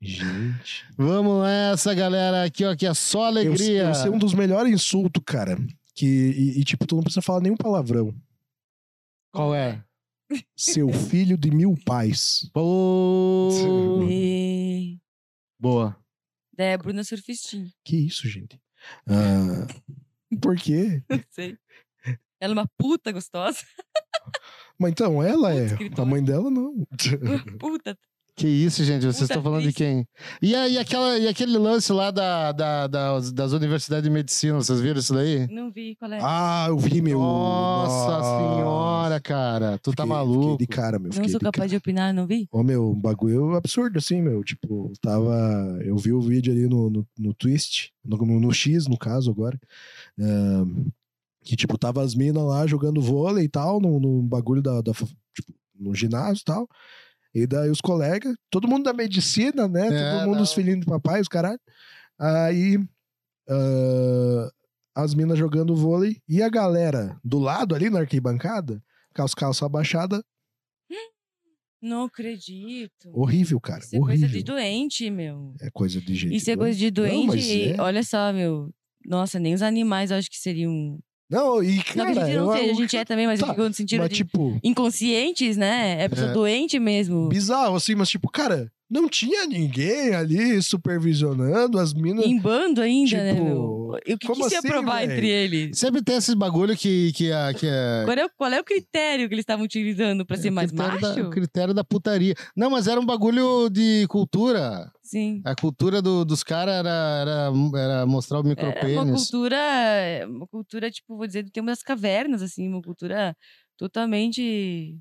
S3: Gente.
S2: Vamos nessa, galera, aqui, ó, que é só
S3: Eu,
S2: alegria.
S3: eu sei um dos melhores insultos, cara. Que, e, e, tipo, tu não precisa falar nenhum palavrão.
S2: Qual
S3: (laughs)
S2: é?
S3: Seu filho de mil pais.
S2: Pô...
S4: E...
S2: Boa.
S4: Daí a Bruna Surfistinha. (laughs)
S3: Que isso, gente? Ah, por quê?
S4: Não sei. Ela é uma puta gostosa. (laughs)
S3: Mas então, ela é. A
S4: escritório.
S3: mãe dela, não. (laughs)
S4: Uma puta.
S2: Que isso, gente? Vocês
S4: Puta
S2: estão falando de
S4: atriz.
S2: quem? E, aí, aquela, e aquele lance lá da, da- da- das universidades de medicina, vocês viram isso daí?
S4: Não vi qual é.
S3: Ah, eu vi, meu.
S2: Nossa, senhora, cara. Tu tá
S3: Fiquei-
S2: maluco.
S3: Fiquei de cara, meu.
S4: não
S3: Fiquei
S4: sou
S3: de
S4: capaz
S3: cara.
S4: de opinar, não vi?
S3: Ô, meu, um bagulho absurdo, assim, meu. Tipo, tava. Eu vi o vídeo ali no, no, no Twist, no, no X, no caso, agora. ahn, que, tipo, tava as minas lá jogando vôlei e tal, no, no bagulho da. da fa- tipo, no ginásio e tal. E daí os colegas, todo mundo da medicina, né?
S2: É,
S3: todo mundo os
S2: não.
S3: filhinhos do papai, os caralho. Aí. ah, as minas jogando vôlei e a galera do lado ali na arquibancada, com as calças abaixadas,
S4: Não acredito.
S3: horrível, cara.
S4: Isso é
S3: horrível.
S4: coisa de doente, meu.
S3: É coisa de gente.
S4: Isso é
S3: doente.
S4: coisa de
S3: Não, mas
S4: doente.
S3: é.
S4: Olha só, meu. Nossa, nem os animais eu acho que seriam.
S3: Não, e
S4: Não
S3: cara,
S4: que a gente
S3: eu-
S4: não seja,
S3: eu-
S4: a gente é também, mas eu
S3: tá,
S4: digo no sentido
S3: mas,
S4: de
S3: tipo,
S4: inconscientes, né? É pessoa
S2: É.
S4: doente mesmo.
S3: bizarro assim, mas tipo, cara, não tinha ninguém ali supervisionando as minas.
S4: Em bando ainda, né,
S3: Tipo,
S4: meu? E o que, que
S3: como
S4: se ia
S3: assim,
S4: provar
S3: véi?
S4: entre eles?
S2: Sempre tem esses bagulho que, que, é- que é.
S4: Qual é, o- qual é o critério que eles estavam utilizando pra ser mais
S2: critério da-
S4: macho?
S2: o critério da putaria. Não, mas era um bagulho de cultura.
S4: Sim.
S2: A cultura do- dos caras era, era, era mostrar o
S4: É uma
S2: micropênis.
S4: cultura, uma cultura, tipo, vou dizer, do tempo das cavernas, assim, uma cultura totalmente.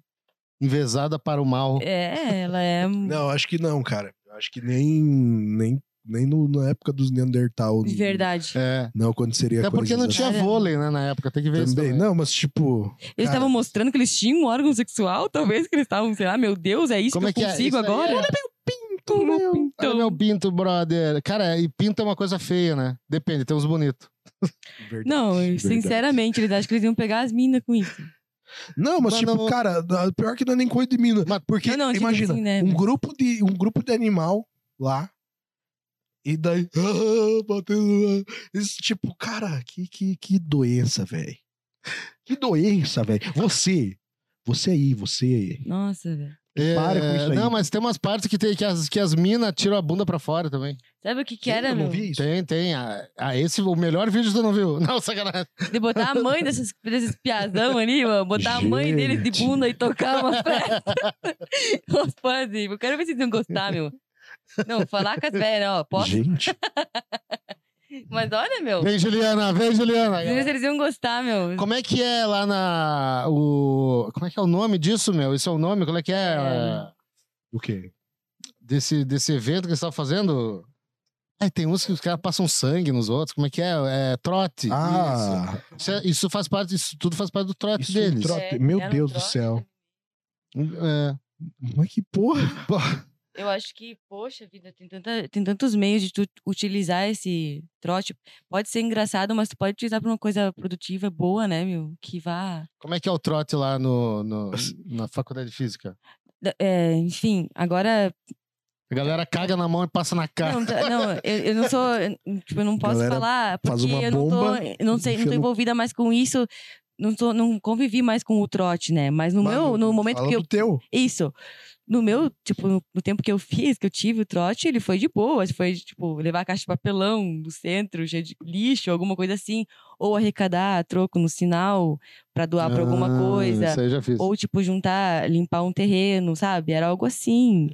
S2: Envezada para o mal.
S4: É, ela
S2: (laughs)
S4: é.
S3: Não, acho que não, cara. Acho que nem nem nem no- na época dos Neandertal.
S4: De verdade.
S2: É.
S3: Não aconteceria
S2: Até porque não
S3: coisas
S2: tinha
S4: assim.
S2: vôlei, né, na época. Tem que ver
S3: assim.
S2: isso
S3: também.
S2: também.
S3: Não, mas tipo,
S4: Eles
S3: cara.
S4: estavam mostrando que eles tinham um órgão sexual, talvez, que eles estavam, sei lá, meu Deus, é isso
S2: Como
S4: que
S2: é que
S4: eu
S2: é?
S4: consigo
S2: Isso aí
S4: agora?
S2: é- Olha
S4: Como
S3: meu,
S4: eu
S2: Olha
S4: pinto?
S2: meu pinto, brother. Cara, e pinto é uma coisa feia, né? Depende, tem uns bonitos.
S3: verdade,
S4: Não,
S3: verdade.
S4: sinceramente, eles acham que eles iam pegar as minas com isso.
S3: Não, mas,
S2: Mas
S3: tipo,
S2: não-
S3: cara, da- pior que não é nem coisa de mim. né?
S2: Mas-
S3: porque,
S4: Não, não, tipo
S3: imagina,
S4: assim, né?
S3: um, grupo de, um grupo de animal lá, e daí, (laughs) ah, batendo, ah. Isso, tipo, cara, que, que, que doença, velho. Que doença, velho. Você, você aí, você aí.
S4: Nossa, velho.
S2: É,
S3: Para com isso aí.
S2: Não, mas tem umas partes que, tem, que as, que as minas tiram a bunda pra fora também.
S4: Sabe o que que era,
S3: Eu
S4: meu?
S3: não vi isso.
S2: Tem, tem. Ah, ah, esse o melhor vídeo que tu não viu. (laughs) Não, sacanagem.
S4: De botar a mãe desses, desses piazão ali, mano. Botar a mãe dele de
S3: Gente.
S4: bunda e tocar uma festa. (laughs) Os fãs, eu quero ver se eles iam gostar, meu. Não, falar com as velhas, ó. Posso?
S3: Gente,
S4: Mas olha, meu.
S2: Vem, Juliana, vem, Juliana.
S4: Não sei se eles iam gostar, meu.
S2: Como é que é lá na. O, como é que é o nome disso, meu? Isso é o nome? Como é que é?
S4: É.
S3: o quê?
S4: (laughs)
S2: Desse, desse evento que eles estavam fazendo? Ai, tem uns que os caras passam sangue nos outros. Como é que é? É trote.
S3: Ah,
S2: Isso, Isso é- isso faz parte, isso tudo faz parte do trote
S3: isso
S2: deles.
S3: trote.
S4: É,
S3: Meu
S4: era um
S3: Deus do
S4: trote.
S3: céu.
S2: É.
S3: Mas que porra.
S4: Eu acho que, poxa vida, tem, tanta, tem tantos meios de tu utilizar esse trote. Pode ser engraçado, mas tu pode utilizar pra uma coisa produtiva, boa, né, meu? Que vá.
S2: Como é que é o trote lá no,
S3: (laughs)
S2: no- na faculdade de física?
S4: Da- é, enfim, agora.
S2: A galera caga na mão e passa na cara.
S4: Não, tá- não eu, eu não sou. eu- Tipo, eu não posso
S3: Galera
S4: falar,
S3: faz
S4: porque
S3: uma
S4: eu não tô.
S3: bomba
S4: eu Não sei, não
S3: enfia
S4: tô
S3: no-
S4: envolvida mais com isso. Não, tô, não convivi mais com o trote, né? Mas no meu, no momento
S3: fala
S4: que eu
S3: do teu.
S4: Isso. No meu, tipo, no, no tempo que eu fiz, que eu tive o trote, ele foi de boa. Foi, tipo, levar a caixa de papelão do centro, cheio de lixo, alguma coisa assim. Ou arrecadar troco no sinal pra doar pra
S3: Ah,
S4: alguma coisa.
S2: Ah,
S3: é
S2: Isso aí eu já fiz.
S4: Ou, tipo, juntar, limpar um terreno, sabe? Era algo assim.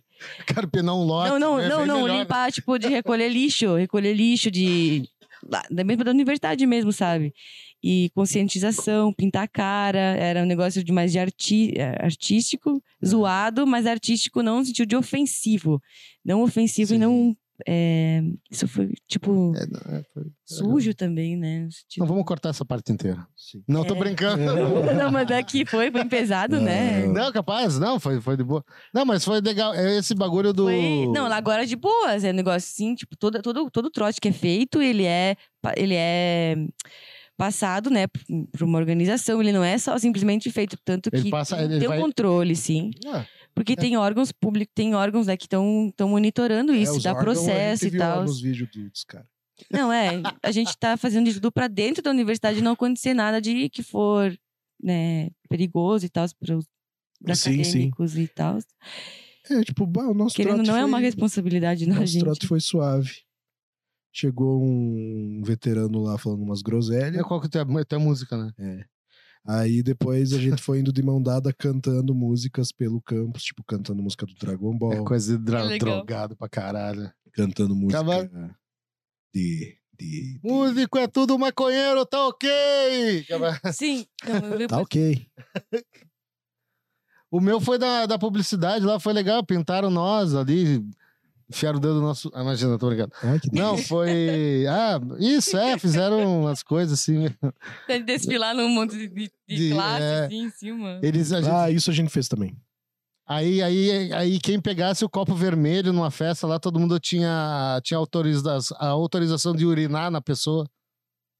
S2: Cara, penar um lote.
S4: não, não,
S2: né?
S4: não,
S2: Bem
S4: não.
S2: melhor, né?
S4: Limpar, tipo, de recolher lixo. Recolher lixo de... lá, Da mesma da universidade mesmo, sabe? E conscientização, pintar a cara. Era um negócio de mais de arti é, artístico.
S2: É.
S4: Zoado, mas artístico não no sentido de ofensivo. Não ofensivo
S2: Sim.
S4: e não... é, isso foi, tipo,
S2: É, não, é, foi-
S4: sujo também, né? No sentido-
S2: Não, vamos cortar essa parte inteira.
S3: Sim.
S2: Não, tô
S4: É.
S2: brincando.
S4: (laughs) Não, mas é que foi, foi pesado, né?
S2: Não, capaz, não, foi, foi de boa. Não, mas foi legal. É esse bagulho do.
S4: Foi- Não, lá agora é de boas. É um negócio assim, tipo, todo, todo, todo trote que é feito, ele é, pa- ele é passado, né, pra uma organização. Ele não é só simplesmente feito, tanto que
S2: Ele passa-
S4: tem-
S2: ele
S4: tem
S2: vai-
S4: um controle, sim.
S2: Ah,
S3: É.
S4: Porque tem órgãos públicos, tem órgãos né, que estão monitorando isso,
S3: É, os
S4: dá
S3: órgãos,
S4: processo
S3: a gente
S4: e
S3: viu lá
S4: tal.
S3: nos vídeos dos caras.
S4: Não, é, a gente tá fazendo de tudo pra dentro da universidade não acontecer nada de que for, né, perigoso e tal, pros pros
S3: Sim, sim.
S4: acadêmicos e tal.
S3: É, tipo, bah, o nosso
S4: Querendo,
S3: trote
S4: não é
S3: foi-
S4: uma responsabilidade na
S3: Nosso
S4: gente.
S3: trote foi suave. Chegou um veterano lá falando umas
S2: é
S3: groselhas.
S2: qual que é a tua- tua música, né?
S3: Aí depois a gente foi indo de mão dada cantando músicas pelo campus, tipo, cantando música do Dragon Ball,
S2: É coisa de dra-
S4: Que legal.
S2: drogado pra caralho.
S3: cantando música
S2: Acaba-
S3: de, de, de-
S2: Músico é tudo maconheiro, tá ok!
S4: Sim, não, eu vi
S3: Tá ok.
S2: O meu foi da, da publicidade lá, foi legal. Pintaram nós ali, enfiaram o dedo no nosso. Ah, imagina, tô brincando.
S3: Ai, que
S2: Não,
S3: delícia.
S2: foi. Ah, isso, é, fizeram umas coisas assim.
S4: Tem que desfilar num monte de, de, de
S2: De-
S4: classe,
S2: é.
S4: assim, em cima.
S2: Eles, a gente-
S3: Ah, isso a gente fez também.
S2: Aí, aí, aí quem pegasse o copo vermelho numa festa lá, todo mundo tinha, tinha autoriza a autorização de urinar na pessoa.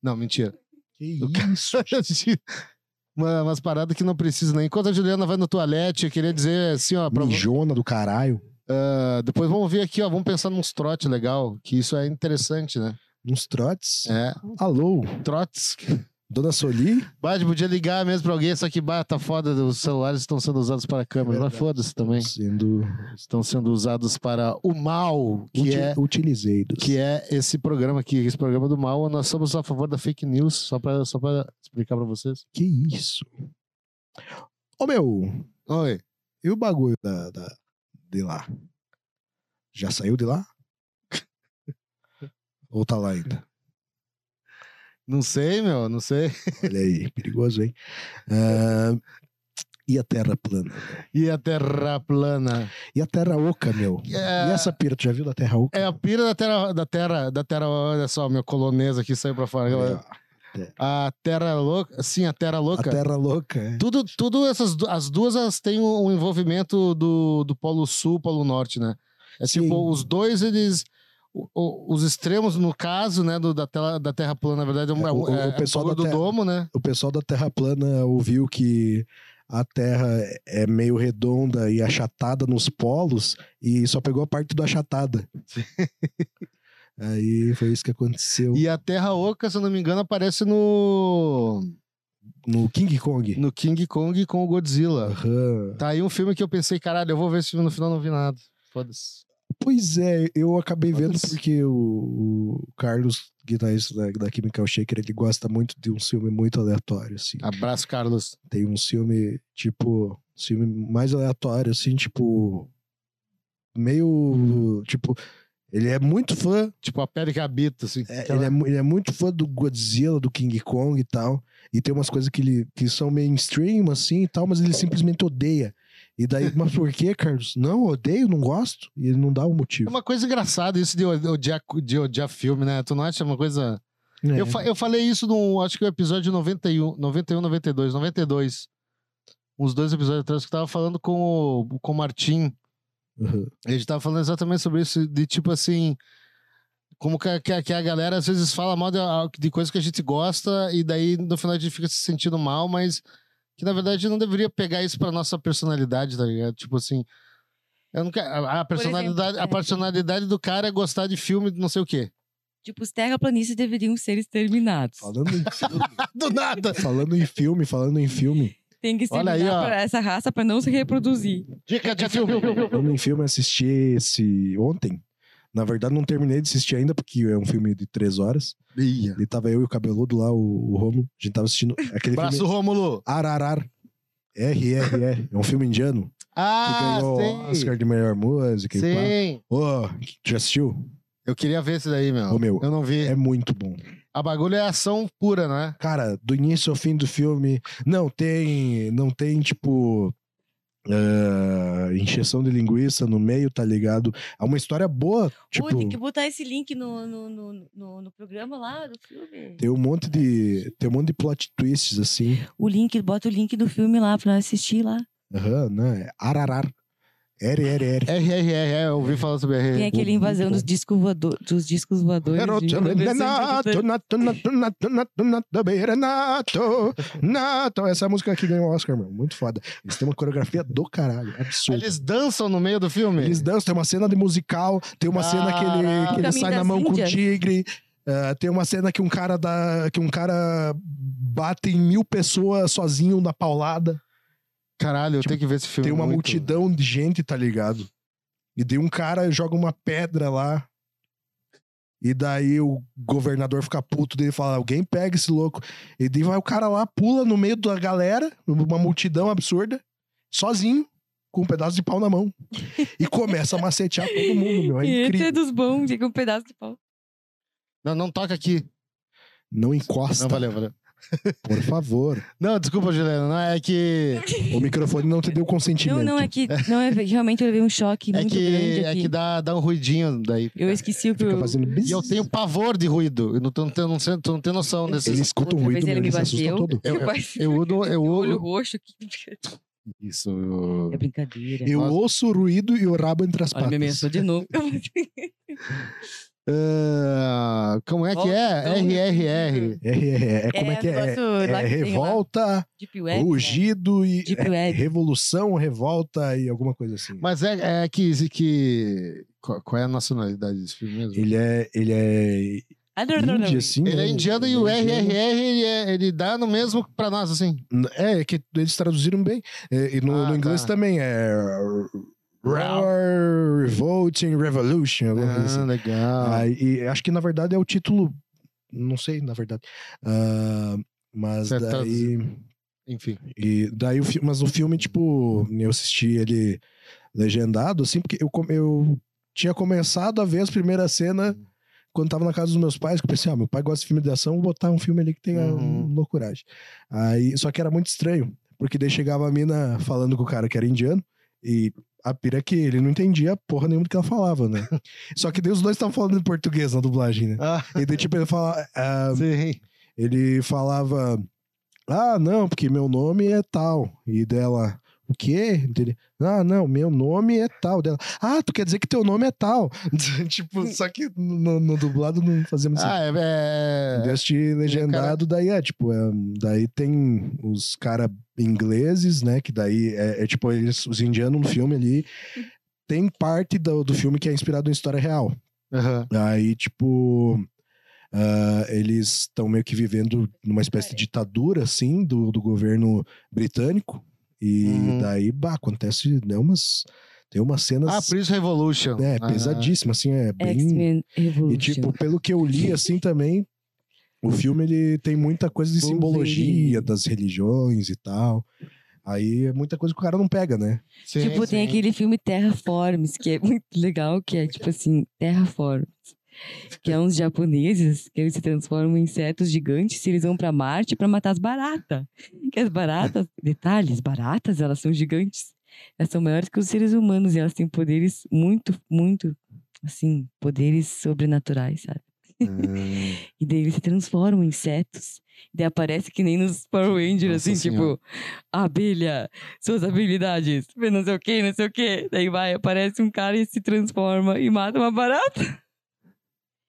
S2: Não, mentira.
S3: Que
S2: O cara-
S3: isso?
S2: (laughs) Uma- umas paradas que não precisa, né? Enquanto a Juliana vai no toalete, eu queria dizer assim, ó, pra vo-
S3: Mijona do caralho.
S2: ah, depois vamos ver aqui, ó, vamos pensar num trote legal, que isso é interessante, né?
S3: Uns trotes.
S2: É,
S3: Alô,
S2: trotes.
S3: Dona Soli?
S2: Bate, podia ligar mesmo pra alguém, só que bah, tá foda, os celulares estão sendo usados para câmeras, mas
S3: verdade.
S2: foda-se também.
S3: Sendo
S2: Estão sendo usados para o mal, que
S3: uti-
S2: é
S3: utilizei. dos-
S2: que é esse programa aqui, esse programa do mal. Nós somos a favor da fake news, só pra, só pra explicar pra vocês.
S3: Que isso? Ô meu,
S2: Oi.
S3: e o bagulho da, da- de lá? Já saiu de lá? Ou tá lá ainda?
S2: Não sei, meu, não sei.
S3: Olha aí, perigoso, hein? Ah, e a terra plana?
S2: E a terra plana?
S3: E a terra oca, meu?
S2: É-
S3: E essa pira, tu já viu da terra oca?
S2: É a pira da terra, da terra, da terra, olha só, meu colonês aqui saiu pra fora.
S3: a
S2: A terra louca, sim, a terra louca.
S3: terra louca, é.
S2: Tudo, tudo essas, du- as duas elas têm um um envolvimento do, do Polo Sul, Polo Norte, né? É
S3: Sim.
S2: tipo, os dois, eles. o- o- os extremos, no caso, né, do- da, tela, da Terra plana, na verdade, é, um-
S3: É, o- o
S2: é, é
S3: pessoal
S2: bagulho do
S3: da Terra-
S2: domo, né?
S3: O pessoal da terra plana ouviu que a Terra é meio redonda e achatada nos polos e só pegou a parte do achatada. Aí foi isso que aconteceu
S2: E a Terra Oca, se eu não me engano, aparece no,
S3: no King Kong.
S2: no King Kong com o Godzilla.
S3: Aham.
S2: Tá aí um filme que eu pensei, caralho, eu vou ver esse filme no final, não vi nada. Foda-se.
S3: Pois é, eu acabei vendo
S2: Foda-se.
S3: porque o, o Carlos, guitarrista da, da Chemical Shaker, ele gosta muito de um filme muito aleatório, assim.
S2: Abraço, Carlos.
S3: Tem um filme, tipo, um filme mais aleatório, assim, tipo. Meio. Tipo. Ele é muito fã.
S2: Tipo, a pele que habita, assim.
S3: é,
S2: Aquela-
S3: ele, é, mu- ele é muito fã do Godzilla, do King Kong e tal. E tem umas coisas que, ele, que são mainstream, assim e tal, mas ele simplesmente odeia. E daí, mas por que, Carlos? Não, odeio, não gosto. E ele não dá o
S2: É
S3: motivo.
S2: uma coisa engraçada isso de odiar, de odiar filme, né? Tu não acha uma coisa.
S3: É.
S2: Eu, fa- eu falei isso num. Acho que o episódio 91, 91, 92, 92. Uns dois episódios atrás que eu tava falando com o, com o Martim.
S3: Uhum.
S2: A gente tava falando exatamente sobre isso, de tipo assim. Como que a, que a- que a galera às vezes fala mal de, de coisas que a gente gosta, e daí no final a gente fica se sentindo mal, mas que na verdade não deveria pegar isso pra nossa personalidade, tá ligado? Tipo assim. Eu nunca, a, a personalidade,
S4: é.
S2: a personalidade do cara é gostar de filme de não sei o
S3: (laughs)
S2: quê.
S4: Tipo, os terraplanistas deveriam ser exterminados.
S3: Falando em filme,
S2: Do nada!
S3: (laughs) falando em filme, falando em filme,
S4: Tem que
S2: Olha
S4: exterminar
S2: aí, ó.
S4: pra essa raça pra não se reproduzir.
S2: Dica de filme!
S3: falando em filme, eu assisti esse ontem. Na verdade, não terminei de assistir ainda, porque é um filme de três horas. E tava eu e o cabeludo lá, o, o Romo. A gente tava assistindo aquele
S2: Braço
S3: filme
S2: Rômulo!
S3: Ararar. RRR. É um filme indiano que
S2: Ah,
S3: ganhou o
S2: sim!
S3: Oscar de melhor música e pá.
S2: Sim!
S3: Ô, já assistiu?
S2: Eu queria ver esse daí, meu.
S3: Ô, meu,
S2: Eu não vi.
S3: É muito bom.
S2: A bagulho é ação pura, né?
S3: Cara, do início ao fim do filme, não tem, não tem tipo eh, injeção de linguiça no meio, tá ligado? É uma história boa, tipo,
S4: Pô, tem que botar esse link no, no, no, no, no programa lá do filme.
S3: tem um monte de, tem um monte de plot twists assim.
S4: O link, bota o link do filme lá pra assistir lá.
S3: Aham, né? Ararar. R, R, R.
S2: RRR, é, eu ouvi falar sobre
S4: Tem
S2: RRR.
S4: aquele
S3: muito
S4: invasão dos,
S3: bom.
S4: disco voador, dos discos voadores.
S3: Pero
S4: de tá?
S3: também é
S4: 1980.
S3: nato, nato, nato, nato, nato, nato, beira, nato, nato. Essa música aqui ganhou o Oscar, mano. Muito foda. Eles têm uma coreografia do caralho. Absurdo.
S2: Eles dançam no meio do filme?
S3: Eles dançam, tem uma cena de musical, tem uma cena que ele, que ele
S4: Caminho
S3: sai na
S4: das
S3: mão com o
S4: Índias.
S3: tigre. ah, tem uma cena que um cara dá, que um cara bate em mil pessoas sozinho na paulada.
S2: Caralho, eu tenho que ver esse filme.
S3: Tipo, Tem uma
S2: muito.
S3: multidão de gente, tá ligado? E daí um cara joga uma pedra lá. E daí o governador fica puto dele fala: alguém pega esse louco. E daí vai o cara lá, pula no meio da galera, uma multidão absurda, sozinho, com um pedaço de pau na mão. E começa a macetear todo mundo,
S4: (laughs)
S3: meu. É
S4: Esse é
S3: incrível.
S4: dos bons, fica um pedaço de pau.
S2: Não, não toca aqui.
S3: Não encosta,
S2: Não, valeu, valeu.
S3: por favor.
S2: Não, desculpa, Juliana. Não, é que.
S3: O microfone não te deu
S4: Não,
S3: consentimento.
S4: não, é que não, é, realmente eu levei um choque
S2: É
S4: muito grande
S2: que, é
S4: aqui.
S2: que dá, dá um ruidinho daí.
S4: Eu esqueci o que
S3: Fica
S4: eu... (laughs)
S3: fazendo bis.
S2: E eu tenho pavor de ruído. Eu não, tô- não, tenho- não, sei- tu não tem noção desse.
S3: Ele escuta um
S4: Outra
S3: ruído,
S4: vez
S3: meu,
S4: ele me
S3: ele se assusta
S4: bateu.
S3: todo.
S2: Eu-
S4: quase-
S2: Eu udo. Eu
S4: olho
S2: udo.
S4: roxo aqui. (laughs)
S2: Isso. eu-
S4: É brincadeira.
S3: Eu
S2: Nossa.
S3: ouço o ruído e o rabo entre as
S4: Olha, me
S3: patas.
S4: ameaçou de novo.
S2: Ah, como é que é?
S4: Volta,
S2: RRR.
S4: então.
S3: É, é, é, como é, que é? É,
S4: um negócio lá
S3: é
S4: que tem lá,
S3: revolta,
S4: Deep Web. né?
S3: rugido e
S4: Deep
S3: é,
S4: Web.
S3: revolução, revolta e alguma coisa assim.
S2: Mas é, é que, que. Qual qual é a nacionalidade desse filme mesmo?
S3: Ele é, ele é
S4: Ah, não, não, não.
S3: índio, assim.
S2: Ele
S3: né?
S2: é indiano e
S3: Ele
S2: o
S3: é indiano.
S2: RRR ele, é- ele dá no mesmo pra nós, assim.
S3: É, é que eles traduziram bem. É, e no,
S2: Ah,
S3: no inglês
S2: tá.
S3: também é. Roar, Revolting Revolution. alguma coisa assim.
S2: Ah, legal.
S3: Ah, e acho que na verdade é o título. Não sei, na verdade. Ah, mas
S2: Certo.
S3: daí.
S2: Enfim.
S3: E daí o filme, mas o filme, tipo, eu assisti ele legendado, assim, porque eu, come- eu tinha começado a ver as primeiras cenas quando tava na casa dos meus pais, que eu pensei, ah, meu pai gosta de filme de ação, vou botar um filme ali que tenha
S2: Uhum.
S3: um loucuragem. Aí, só que era muito estranho, porque daí chegava a mina falando com o cara que era indiano, e a pira é que ele não entendia porra nenhuma do que ela falava, né? só que daí os dois estavam falando em português na dublagem, né?
S2: Ah,
S3: E daí, tipo, ele fala, ah,
S2: (laughs) sim.
S3: ele falava: Ah, não, porque meu nome é tal. E dela, O quê? Entendeu? Ah, não, meu nome é tal dela. Ah, tu quer dizer que teu nome é tal. (laughs) tipo, só que no, no dublado não fazemos
S2: Ah, é. é-
S3: Deste legendado, daí é, tipo, é, daí tem os cara ingleses, né? Que daí é, é, tipo, eles, os indianos no
S2: (laughs)
S3: filme ali. Tem parte do, do filme que é inspirado em história real.
S2: é. Aham.
S3: Aí, tipo, ah, eles estão meio que vivendo numa espécie de ditadura, assim, do, do governo britânico. E
S2: Uhum.
S3: daí, bah, acontece, né, umas... Tem umas cenas,
S2: Ah, Prince Revolution.
S3: né,
S2: Ah,
S3: pesadíssimas, assim, é bem...
S4: X-Men Revolution.
S3: E, tipo, pelo que eu li, assim, também, o filme, ele tem muita coisa de
S4: Wolverine.
S3: simbologia das religiões e tal. Aí é muita coisa que o cara não pega, né?
S2: sim,
S4: Tipo, tem
S2: (laughs) sim.
S4: aquele filme Terraforms, que é muito legal, que é tipo assim, Terraforms. Que é uns japoneses que eles se transformam em insetos gigantes e eles vão pra Marte pra matar as baratas. Que as baratas, detalhes, baratas, elas são gigantes. Elas são maiores que os seres humanos e elas têm poderes muito, muito, assim, poderes sobrenaturais, sabe? (laughs) E daí eles se transformam em insetos. E daí aparece que nem nos Power Rangers,
S3: Nossa
S4: assim,
S3: Senhora.
S4: tipo, abelha, suas habilidades, não sei o que, não sei o que. Daí vai, aparece um cara e se transforma e mata uma barata.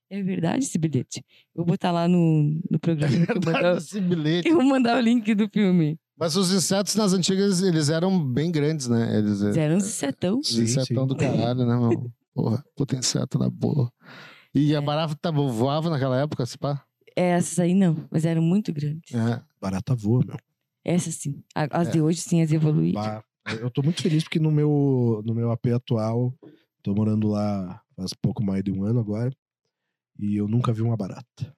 S4: É verdade esse bilhete. Vou botar lá no,
S3: (laughs)
S4: no programa.
S3: É
S4: que eu,
S2: Tá
S4: vou mandar,
S2: nesse bilhete.
S4: eu vou mandar o link do filme.
S2: Mas os insetos nas antigas, eles eram bem grandes, né? Eles,
S3: É.
S4: Eles eram um setão.
S2: Os
S3: Sim,
S2: insetão
S3: sim.
S2: do caralho, né, meu? Porra, puta inseto na boa. E a
S4: É.
S2: barata tá, voava naquela época, se pá?
S4: É, essas aí não, mas eram muito grandes.
S2: É.
S3: Barata voa, meu.
S4: Essas sim. A- As
S2: É.
S4: de hoje sim, as evoluídas.
S3: Bah, eu tô muito feliz porque no meu, no meu AP atual, tô morando lá faz pouco mais de um ano agora, e eu nunca vi uma barata.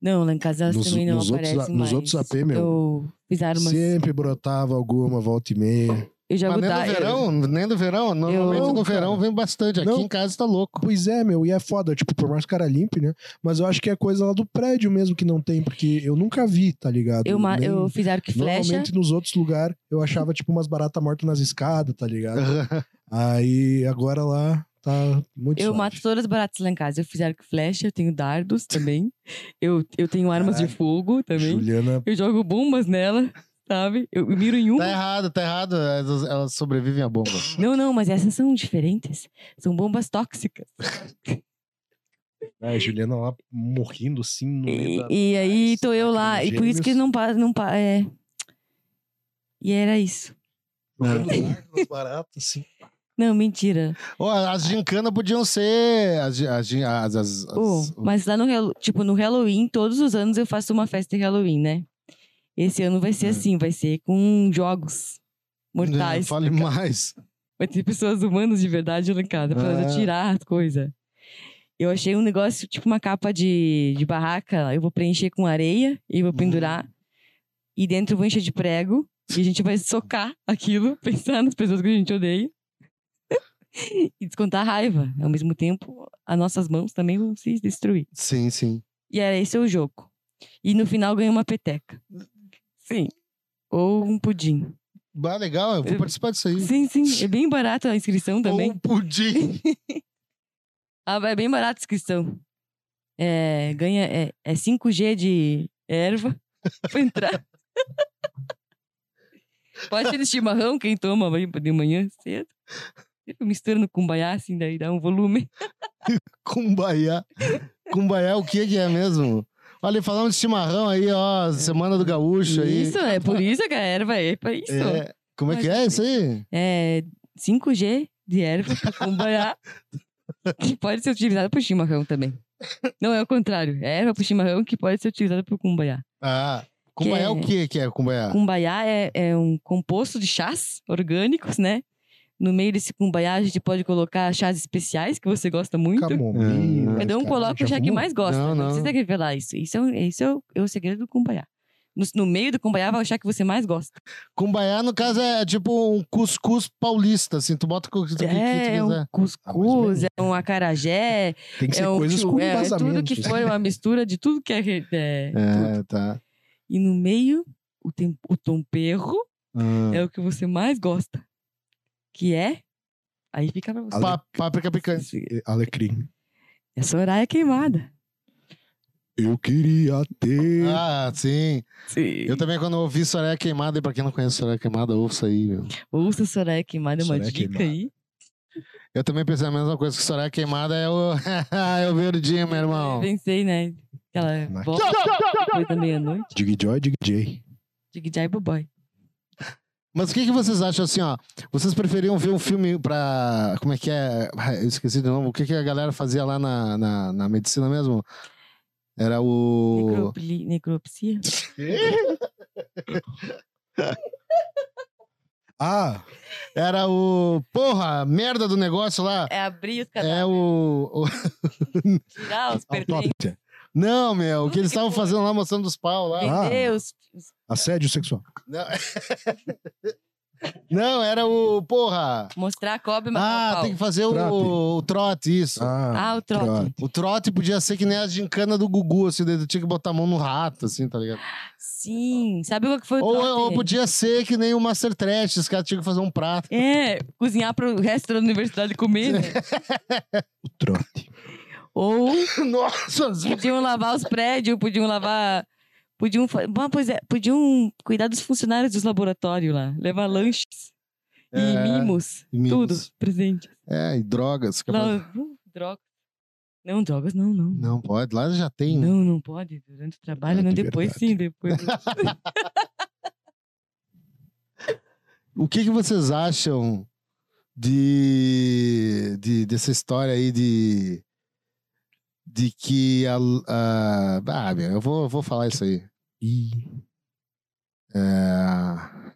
S4: Não, lá em casa elas
S3: Nos-
S4: também não
S3: nos outros
S4: aparecem
S3: a- nos
S4: mais.
S3: outros AP, meu. é
S4: Eu fiz armas.
S3: Sempre brotava alguma volta e meia.
S4: Eu jogo
S2: Mas nem
S4: da-
S2: no
S4: eu-
S2: verão, nem no verão. Normalmente
S4: Não,
S2: no
S3: cara.
S2: verão vem bastante. Aqui
S3: Não.
S2: em casa tá louco.
S3: Pois é, meu, e é foda, tipo, por mais que o cara limpe, né? Mas eu acho que é coisa lá do prédio mesmo que não tem, porque eu nunca vi, tá ligado?
S4: Eu, ma-
S3: Nem-
S4: eu fiz arco e flecha.
S3: Normalmente nos outros lugares eu achava tipo umas baratas mortas nas escadas, tá ligado? Aí agora lá tá muito
S4: Eu
S3: suave.
S4: mato todas as baratas lá em casa. Eu fiz arco e flecha, eu tenho dardos também. Eu, eu tenho armas de
S3: Caralho.
S4: fogo também.
S3: Juliana,
S4: Eu jogo bombas nela, sabe? Eu miro em
S2: Tá
S4: uma.
S2: errado, tá errado. Elas, elas sobrevivem à bomba.
S4: Não, não, mas essas são diferentes. São bombas tóxicas.
S3: é, Juliana lá morrendo assim no meio da...
S4: E, e aí tô eu lá. E
S3: Aqueles
S4: por isso que
S3: gêmeos.
S4: não passa. Não pa, é... E era isso.
S3: jogando
S2: É.
S3: largo nas baratas assim.
S4: Não, mentira.
S2: Ó, as gincanas podiam ser. As, gi- as, gi- as, as- as-
S4: Pô, mas lá no, Halo- tipo, no Halloween, todos os anos eu faço uma festa de Halloween, né? Esse ano
S2: É.
S4: vai ser assim, vai ser com jogos mortais.
S2: Não, Fale mais.
S4: Vai ter pessoas humanas de verdade lá em casa, pra
S2: Ah.
S4: elas tirar as coisas. Eu achei um negócio, tipo uma capa de, de barraca, eu vou preencher com areia e vou pendurar. E dentro eu vou encher de prego. E a gente vai socar aquilo, (laughs) pensar nas pessoas que a gente odeia. (laughs) e descontar a raiva. Ao mesmo tempo, as nossas mãos também vão se destruir.
S2: Sim, sim.
S4: E era esse é o jogo. E no final ganha uma peteca. Sim. Ou um pudim.
S2: Bah, legal, eu vou
S4: Eu-
S2: participar disso aí.
S4: Sim, sim. É bem barato a inscrição também.
S2: Ou um pudim.
S4: Ah, é bem barato a inscrição. É, ganha é, é 5G de erva (laughs) pra entrar. Pode ser de chimarrão, quem toma vai de manhã cedo. Misturando com baiá, assim, daí dá um volume.
S2: (laughs) Cumbaiá. Cumbaiá, o que que é mesmo? Olha, falamos de chimarrão aí, ó, Semana do Gaúcho aí.
S4: É. Isso, é por isso que a erva é pra isso. É,
S2: É. Como é que é isso aí?
S4: 5G de erva pra cumbaiá, que pode ser utilizada pro chimarrão também. Não, é o contrário. É erva pro chimarrão que pode ser utilizada pro cumbaiá.
S2: Ah, Cumbaiá
S4: Que é-
S2: o que que é
S3: Ah.
S2: Cumbaiá?
S4: Cumbaiá é, é um composto de chás orgânicos, né? No meio desse cumbaiá, a gente pode colocar chás especiais que você gosta
S3: Então,
S4: muito.
S3: né?
S2: né,
S3: Camomila.
S4: Cada um
S3: cara,
S4: coloca
S3: já
S4: o chá que
S3: fumou?
S4: mais gosta.
S2: Não,
S4: Não,
S2: não.
S4: precisa revelar isso. Isso é, um- isso é o, é o segredo do cumbaiá. No, no meio do cumbaiá vai o chá que você mais gosta.
S2: Cumbaiá, no caso, é tipo um cuscuz paulista, assim, tu bota o que, o que, o que
S4: É, é
S2: tu quiser.
S4: um cuscuz, é um acarajé,
S3: Ah, (laughs) Tem que ser
S4: é um
S3: coisas
S4: tchu-
S3: com assim.
S4: é, é tudo que
S3: vazamentos,
S4: foi uma mistura de tudo que é... re- é, tudo.
S2: É, tá.
S4: E no meio, o, tem, o tomperro
S2: Ah.
S4: é o que você mais gosta. Que é... Aí fica pra você.
S2: Pá- páprica picante.
S3: Alecrim.
S4: É Soraya queimada.
S3: Eu queria ter.
S2: Ah, sim.
S4: Sim.
S2: Eu também, quando ouvi Soraya Queimada, e pra quem não conhece Soraya Queimada, ouça aí, meu.
S4: Ouça Soraya Queimada, é uma
S3: Soraya
S4: dica
S3: Queimada.
S4: aí.
S2: Eu também pensei a mesma coisa que Soraya Queimada é o. (laughs) é o verdinho, meu irmão.
S4: Pensei, né? Aquela
S2: é.
S3: Na-
S4: volta depois da meia-noite.
S3: Dig Joy, Dig J.
S4: Dig Jai Boboy.
S2: Mas o que, que vocês acham assim, ó? Vocês preferiam ver um filme pra. Como é que é? Ah, Eu esqueci de novo. O que, que a galera fazia lá na, na, na medicina mesmo? Era o.
S4: Necropli- Necropsia?
S3: Ah,
S2: (laughs) Era o. Porra, merda do negócio lá.
S4: É abrir os
S2: É
S4: cadáveres,
S2: o. o- É.
S4: tirar os pertences,
S3: autópsia.
S2: Não, meu, o que
S4: Puta
S2: eles
S4: que
S2: estavam
S4: porra.
S2: fazendo lá, mostrando os pau lá.
S3: Ah.
S4: vender os... os-
S3: Assédio sexual.
S2: Não, (laughs) Não, era o. Porra!
S4: Mostrar a cobra, mas
S2: Ah,
S4: pau.
S2: tem que fazer
S3: Trote.
S2: o, o trote, isso.
S4: Ah, o trote.
S2: O trote podia ser que nem a gincana do Gugu, assim, daí tu tinha que botar a mão no rato, assim, tá ligado?
S4: Sim, sabe qual que foi o
S2: Ou,
S4: trote?
S2: ou podia ser que nem o Master Trash, os caras tinham que fazer um
S4: (laughs)
S2: prato.
S4: É, cozinhar pro resto da universidade comer, né?
S3: O trote.
S4: Ou
S2: Nossa!
S4: podiam lavar os prédios, podiam lavar... Podiam, fa- Bom, pois é, podiam cuidar dos funcionários dos laboratórios lá. Levar lanches
S2: É,
S4: e mimos.
S2: e mimos.
S4: Tudo presente.
S2: É, e drogas. que é pra-
S4: Não, uh, drogas. Não, drogas não, não.
S2: Não pode, lá já tem. né?
S4: Não, não pode. Durante o trabalho,
S3: Ah,
S4: não.
S3: de
S4: Depois sim, depois.
S2: O que, que vocês acham de, de- dessa história aí de de que a, a- ah, meu, eu vou, eu vou falar isso aí.
S3: E
S2: É,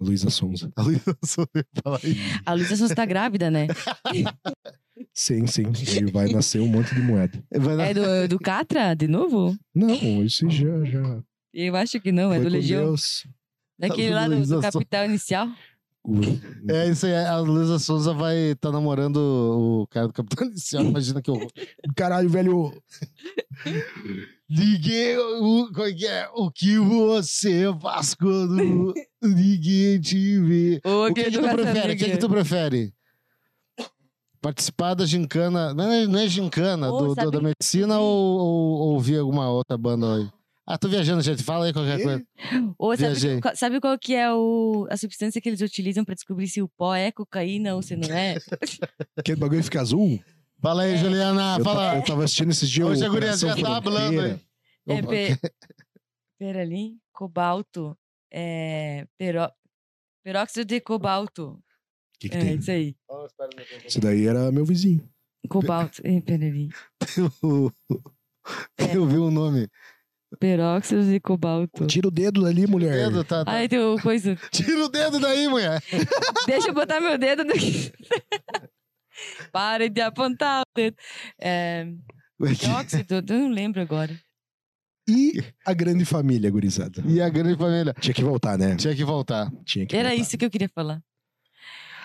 S3: Luísa Sonza.
S2: a (laughs) Luísa soube falar isso.
S4: A Luísa Sonza tá
S2: (laughs)
S4: grávida, né?
S3: Sim, sim. Ele vai nascer um monte de moeda.
S2: Vai dar-
S4: É do, do Catra, de novo?
S3: Não, esse já, já.
S4: Eu acho que não, é
S3: Foi
S4: do
S3: com
S4: Legião.
S3: Deus.
S4: Daquele lá do,
S2: Luísa
S4: do
S2: Sonza.
S4: Capital Inicial.
S3: O-
S2: É isso aí, a Luísa Souza vai estar namorando o cara do Capitão Inicial, imagina que eu...
S3: Caralho, velho.
S2: (laughs) Ninguém, o, como é que é? O que você faz (laughs) quando ninguém te vê?
S4: Ou
S2: O que,
S4: aquele
S2: que
S4: do
S2: tu
S4: Raça
S2: prefere? O que, que
S4: Negra.
S2: tu prefere? Participar da gincana. Não é, não é gincana,
S4: Ô,
S2: do- do-
S4: sabe
S2: da
S4: que-
S2: medicina ou, ou ouvir alguma outra banda aí? Ah, tô viajando, gente. Fala aí qualquer
S3: Ih.
S2: coisa.
S4: Ou sabe,
S2: Viajei.
S4: que- qual- sabe qual que é o, a substância que eles utilizam pra descobrir se o pó é cocaína ou se não
S2: (laughs)
S4: é?
S3: Aquele bagulho fica azul?
S2: Fala aí,
S4: É.
S2: Juliana.
S3: eu, tava,
S2: Ah, fala.
S3: eu tava assistindo esses dias.
S2: Hoje
S3: o
S2: a guria já
S3: Operação
S2: tá hablando
S3: Fronteira.
S2: aí.
S4: É
S2: Opa.
S4: pe... Peralim, cobalto, é... Peró... peróxido de cobalto.
S3: O que, que
S4: É,
S3: tem?
S4: isso aí.
S3: Isso daí era meu vizinho.
S4: Cobalto, é, peraí.
S2: Eu- Eu vi o nome.
S4: Peróxido de cobalto.
S3: Tira o dedo dali, mulher.
S2: Dedo, tá, tá.
S4: Ai, tem o coisa.
S2: Tira o dedo daí, mulher.
S4: Deixa eu botar meu dedo no... (laughs) Pare de apontar o dedo. É, peróxido, eu não lembro agora.
S3: E a grande família, gurizada.
S2: E a grande família.
S3: Tinha que voltar, né?
S2: Tinha que voltar.
S3: Tinha que
S4: Era
S3: voltar.
S4: isso que eu queria falar.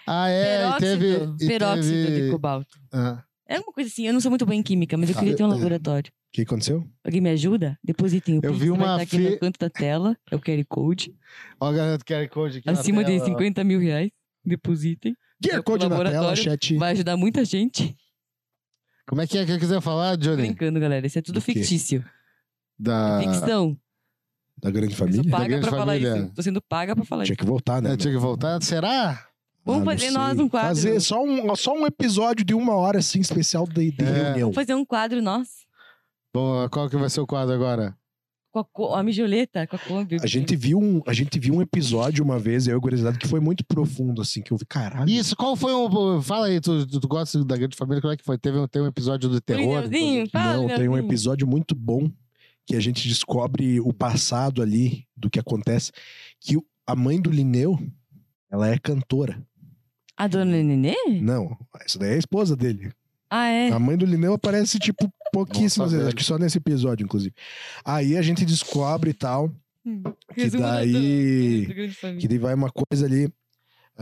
S2: Ah, é. e
S4: peróxido,
S2: teve. e
S4: peróxido
S2: teve-
S4: de cobalto.
S2: Ah.
S4: É uma coisa assim, eu não sou muito boa em química, mas eu
S3: Ah,
S4: queria ter um
S3: é.
S4: laboratório.
S3: O que aconteceu?
S4: Alguém me ajuda? Depositem o
S2: Eu
S4: Pix,
S2: vi
S4: vai
S2: uma
S4: estar aqui
S2: fi-
S4: no canto da tela, é o QR Code.
S2: Ó, a galera do QR Code aqui. na
S4: acima de
S2: tela, ó.
S4: 50 mil reais, depositem.
S3: QR Code na tela,
S4: laboratório.
S3: chat.
S4: Vai ajudar muita gente.
S2: Como é que é que eu quiser falar, Johnny?
S4: Brincando, galera, isso é tudo
S3: Do quê?
S4: fictício.
S2: Da...
S4: É ficção.
S3: Da grande
S4: Eu sou
S3: família.
S2: Da
S4: paga
S2: grande
S4: pra falar
S2: família.
S4: isso. Tô sendo paga pra falar isso.
S3: Tinha que voltar, né? Ah,
S2: Eu tinha que voltar. Será?
S4: Vamos
S3: não
S4: fazer
S3: sei.
S4: nós um quadro.
S3: Fazer só um, só um episódio de uma hora, assim, especial de, de
S2: É.
S3: reunião.
S4: Vamos fazer um quadro nosso.
S2: Bom, qual que vai ser o quadro agora?
S4: Com a, co- a mijoleta, com a Kombi.
S3: A gente, viu um, a gente viu um episódio uma vez, eu e o gurizada, que foi muito profundo, assim, que eu vi, caralho.
S2: Isso, qual foi o. Fala aí, tu, tu, tu gosta da grande família? Como é que foi? Teve um, tem um episódio do terror.
S4: Lineuzinho, fala,
S3: Não, tem um
S4: Lineuzinho.
S3: episódio muito bom que a gente descobre o passado ali do que acontece. Que o- a mãe do Lineu, ela é cantora.
S4: A dona Nenê?
S3: Não, essa daí é a esposa dele.
S4: Ah, é.
S3: A mãe do Lineu aparece,
S4: (laughs)
S3: tipo, pouquíssimas
S2: Nossa,
S3: vezes.
S2: velho.
S3: Acho que só nesse episódio, inclusive. Aí a gente descobre e tal,
S4: Hum,
S3: que
S4: resumo da-
S3: daí-
S4: do- do Grande Família.
S3: que daí vai uma coisa ali.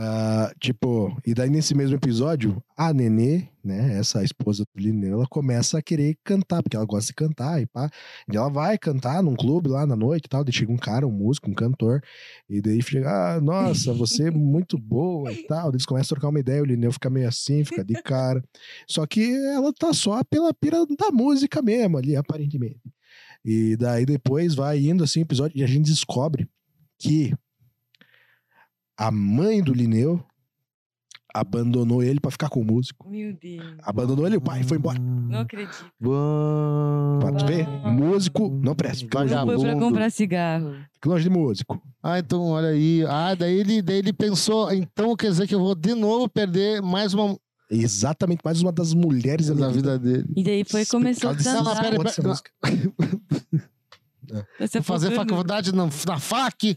S3: Ah, tipo, e daí nesse mesmo episódio, a Nenê, né, essa esposa do Lineu, ela começa a querer cantar, porque ela gosta de cantar e pá. E ela vai cantar num clube lá na noite e tal, daí chega um cara, um músico, um cantor, e daí chega, ah, nossa, você é muito boa e tal. Daí Eles começam a trocar uma ideia, o Lineu fica meio assim, fica de cara. Só que ela tá só pela pira da música mesmo ali, aparentemente. E daí depois vai indo assim o episódio e a gente descobre que a mãe do Lineu abandonou ele pra ficar com o músico.
S4: Meu Deus.
S3: Abandonou ele, o pai foi embora.
S4: Não acredito.
S3: Pra tu ver,
S4: Ah.
S3: músico não presta. Fica longe de
S4: Não foi pra
S2: Vagabundo.
S4: comprar cigarro.
S3: músico, fica longe de músico.
S2: Ah, então, olha aí. Ah, daí ele, daí ele pensou, então quer dizer que eu vou de novo perder mais uma
S3: Exatamente, mais uma das mulheres da
S2: da
S3: minha vida.
S2: vida dele.
S4: E daí foi começou a
S3: Ela disse,
S2: Não, mas
S4: dançar.
S2: pera-
S3: "Foda-se essa
S2: pera-
S3: música."
S4: Você
S2: Vou fazer
S4: focando.
S2: faculdade na, na FAC.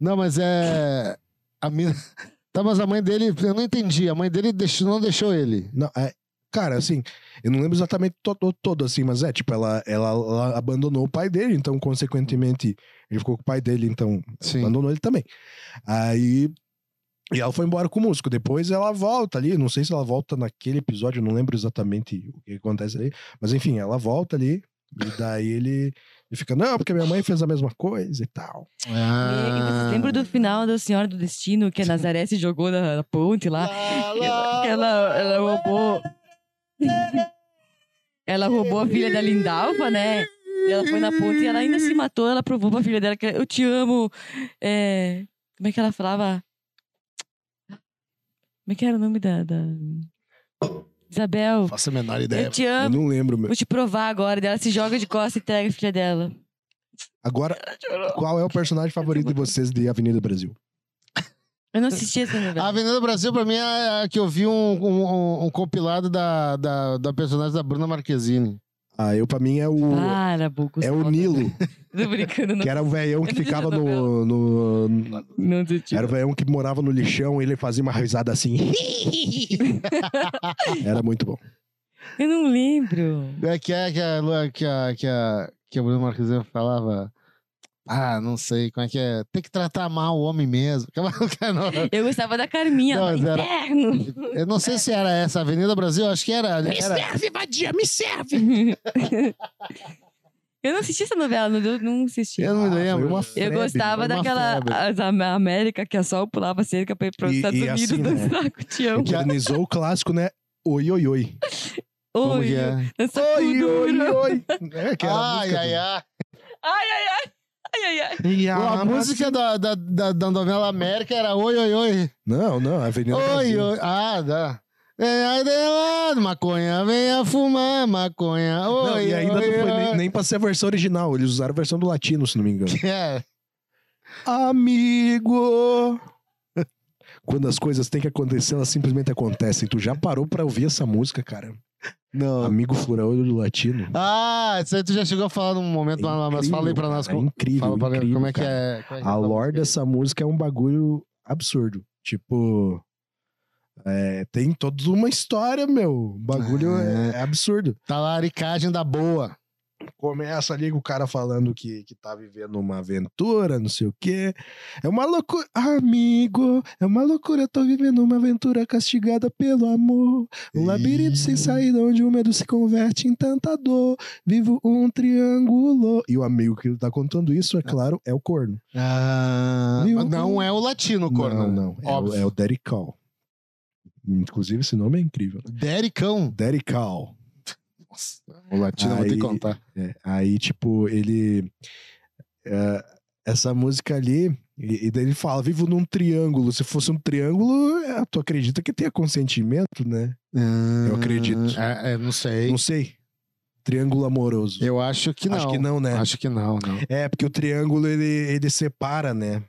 S2: Não, mas é. A mina. (laughs) Tá, mas a mãe dele, eu não entendi. A mãe dele deixou, não deixou ele.
S3: Não, é, cara, assim, eu não lembro exatamente todo, todo assim, mas é, tipo, ela, ela, ela abandonou o pai dele, então, consequentemente, ele ficou com o pai dele, então,
S2: Sim.
S3: abandonou ele também. Aí. E ela foi embora com o músico. Depois ela volta ali. Não sei se ela volta naquele episódio, eu não lembro exatamente o que acontece ali. Mas enfim, ela volta ali. E daí ele, ele fica, não, porque minha mãe fez a mesma coisa e tal.
S4: E
S2: Ah.
S4: vocês lembram do final da Senhora do Destino, que a Nazaré se jogou na, na ponte lá?
S2: (laughs)
S4: Ela, ela, ela roubou. ela roubou a filha da Lindalva, né? E ela foi na ponte e ela ainda se matou. Ela provou pra filha dela que eu te amo. É, Como é que ela falava? Como é que era o nome da. da... Isabel,
S2: Faço a menor
S4: eu te
S3: Eu
S4: amo.
S3: não lembro,
S2: Né?
S3: meu.
S4: Vou te provar agora. Daí Ela se joga de costas e entrega a filha dela.
S3: Agora, qual é o personagem favorito de vocês de Avenida Brasil?
S4: Eu não assisti essa
S2: A
S4: novela.
S2: Avenida Brasil, pra mim, é a que eu vi um, um- um- um compilado da, da, da personagem da Bruna Marquezine.
S3: Ah, eu, pra mim, é o.
S4: Para, Bucos.
S3: É o Nilo,
S4: Tô brincando, não.
S3: que era o velhão que
S4: Eu não vi
S3: ficava
S4: essa
S3: no. no-
S4: novela. Não tô
S3: era o velhão que morava no lixão e ele fazia uma risada assim. (laughs) era muito bom.
S4: Eu não lembro.
S2: É que é que a, Lu- que a, que a, que a Bruna Marquezine falava. Ah, não sei como é que é. Tem que tratar mal o homem mesmo. (laughs)
S4: Eu gostava da Carminha.
S2: Não,
S4: Não,
S2: mas era-
S4: Inferno! (laughs)
S2: Eu não sei se era essa Avenida Brasil, acho que era. era...
S3: serve, vadia, me serve!
S4: Eu não assisti essa novela, não, eu não assisti.
S2: Eu
S4: Eu,
S2: não me
S3: Ah, foi
S2: lembro.
S3: uma febre,
S4: gostava
S2: foi uma
S4: daquela
S2: febre.
S4: a- da América que a Sol pulava cerca pra ir pros
S3: E-
S4: Estados
S3: e
S4: Unidos
S3: assim, né?
S4: dançar com o Tião.
S3: Modernizou o clássico, né? Oi, oi, oi.
S2: Como
S4: Oi,
S2: que é?
S4: dança
S3: Oi,
S4: tudo,
S3: oi,
S4: né?
S3: oi. É, que era a
S2: Ai,
S3: música
S2: ai,
S3: do-
S2: ai.
S4: Ai, ai, ai.
S3: E
S2: A música da, da, da, da novela América era Oi, oi, oi.
S3: Não, não, Avenida
S2: Oi,
S3: Brasil.
S2: oi. Ah, dá. Vem aí de lado, maconha, venha fumar, maconha. Oi,
S3: Não, e ainda
S2: oi,
S3: não foi
S2: oi.
S3: nem, nem pra ser a versão original, eles usaram a versão do latino, se não me engano.
S2: (laughs) É.
S3: Amigo! (laughs) Quando as coisas têm que acontecer, elas simplesmente acontecem. Tu já parou pra ouvir essa música, cara?
S2: Não.
S3: Amigo Furaolho do Latino.
S2: Ah, isso aí tu já chegou a falar num momento, lá, É mas fala aí pra
S3: Incrível,
S2: nós.
S3: cara,
S2: como-
S3: incrível,
S2: fala pra
S3: incrível,
S2: como é que
S3: cara.
S2: é. como é que é
S3: A
S2: essa
S3: lore
S2: música aí?
S3: dessa música é um bagulho absurdo. Tipo. é, tem toda uma história, meu. O bagulho é, é absurdo.
S2: Talaricagem da boa.
S3: Começa ali com o cara falando que, que tá vivendo uma aventura, não sei o quê. É uma loucura. Amigo, é uma loucura. Eu tô vivendo uma aventura castigada pelo amor. Um labirinto sem saída onde o medo se converte em tanta dor. Vivo um triângulo. E o amigo que tá contando isso, é claro, é o corno.
S2: Ah,
S3: Viu?
S2: não é o latino, corno.
S3: Não, não. É o,
S2: Óbvio.
S3: é o Derek Cal. Inclusive, esse nome é incrível.
S2: Dericão.
S3: Derek Cal.
S2: Nossa, o latino eu vou ter
S3: Aí-
S2: que contar.
S3: É, aí, tipo, ele. é, essa música ali. E, e daí ele fala: vivo num triângulo. Se fosse um triângulo, é, tu acredita que tenha consentimento, né?
S2: Eu
S3: acredito.
S2: É, é, não sei.
S3: Não sei. Triângulo amoroso.
S2: Eu acho que não.
S3: Acho que não, né?
S2: Acho que não, não.
S3: É, porque o triângulo ele, ele separa, né?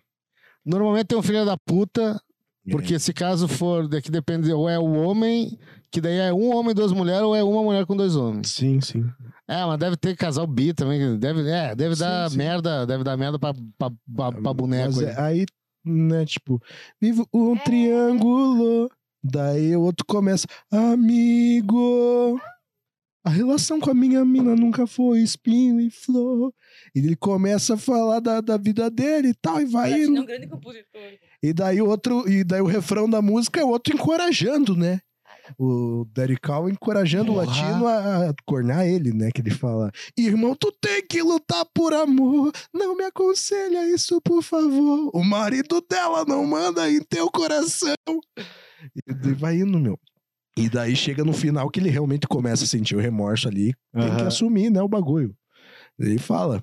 S2: Normalmente tem um filho da puta,
S3: É.
S2: porque se caso for, daqui depende, ou é o homem, que daí é um homem e duas mulheres, ou é uma mulher com dois homens.
S3: Sim, sim.
S2: É, mas deve ter casal bi também, que deve, é, deve
S3: Sim,
S2: dar
S3: sim.
S2: merda, deve dar merda pra, pra, pra, pra boneco.
S3: Mas
S2: aí.
S3: é- aí, né, tipo, vivo um triângulo. Daí o outro começa, amigo. A relação com a minha mina nunca foi espinho e flor. E ele começa a falar da, da vida dele e tal, e vai
S4: Platina é
S3: indo.
S4: um grande compositor. É
S3: E daí o outro, e daí o refrão da música é o outro encorajando, né? O Derek Cal encorajando o
S2: Porra.
S3: latino a a cornar ele, né? Que ele fala: Irmão, tu tem que lutar por amor. Não me aconselha isso, por favor. O marido dela não manda em teu coração. E daí vai indo, meu. E daí chega no final que ele realmente começa a sentir o remorso ali. Tem que
S5: Aham.
S3: assumir, né? O bagulho. Ele fala.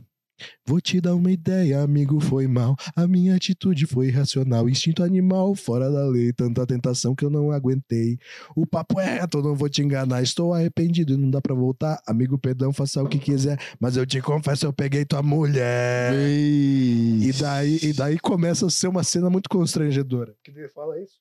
S3: Vou te dar uma ideia, amigo, foi mal. A minha atitude foi irracional, instinto animal, fora da lei, tanta tentação que eu não aguentei. O papo é reto, não vou te enganar, estou arrependido e não dá pra voltar. Amigo, perdão, faça o que quiser, mas eu te confesso, eu peguei tua mulher. E daí, e daí começa a ser uma cena muito constrangedora. Que ele fala isso?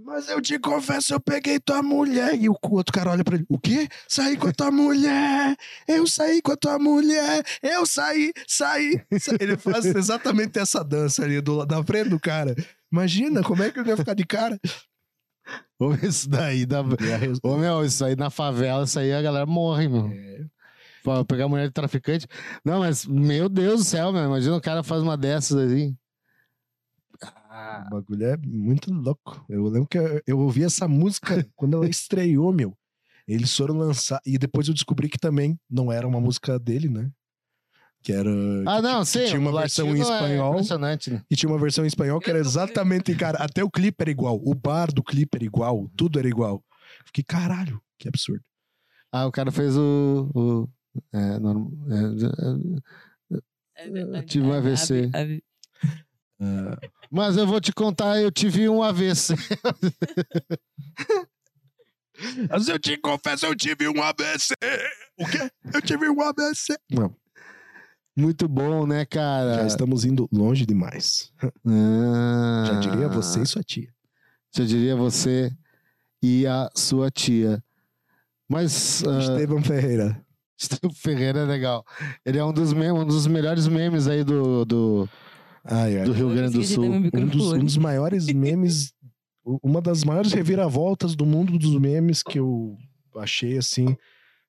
S3: Mas eu te confesso, eu peguei tua mulher. E o outro cara olha pra ele: O quê? Saí com a tua mulher! Eu saí com a tua mulher! Eu saí, saí! saí." Ele faz exatamente essa dança ali do, na frente do cara. Imagina como é que ele ia ficar de cara.
S2: Ô, isso daí dá. Ô, meu, isso aí na favela, isso aí a galera morre, mano.
S3: É.
S2: Pra pegar mulher de traficante. Não, mas, meu Deus do céu, meu. Imagina o cara faz uma dessas assim.
S3: O bagulho é muito louco. Eu lembro que eu, eu ouvi essa (laughs) música quando ela estreou, meu. Eles foram lançar. E depois eu descobri que também não era uma música dele, né? Que era.
S2: Ah, não, sim.
S3: tinha uma
S2: o
S3: versão em
S2: latino é
S3: espanhol.
S2: impressionante, né?
S3: E tinha uma versão em espanhol que era exatamente, cara, até o clipe era igual, o bar do clipe era igual, tudo era igual. Fiquei, caralho, que absurdo.
S2: Ah, o cara fez o. o é, norm... é, é,
S4: Tá
S2: Eu tive um
S4: né?
S2: AVC.
S4: Ave-
S3: Ah,
S2: Mas eu vou te contar, eu tive um AVC.
S3: Mas eu te confesso, eu tive um ABC. O quê? Eu tive um ABC. Não,
S2: (laughs) Muito bom, né,
S3: já
S2: cara?
S3: estamos indo longe demais.
S2: Ah,
S3: Já diria você e sua tia.
S2: Já diria você e a sua tia. Mas. ah, (laughs)
S3: Estevam Ferreira.
S2: Estevam Ferreira é legal. Ele é um dos, me- um dos melhores memes aí do, do,
S3: Ai, ai.
S2: do Rio Grande do
S4: Esqueci
S2: Sul.
S4: de dar meu
S3: Um
S4: microfone.
S3: dos, um dos maiores memes, u- uma das maiores reviravoltas do mundo dos memes que eu achei assim,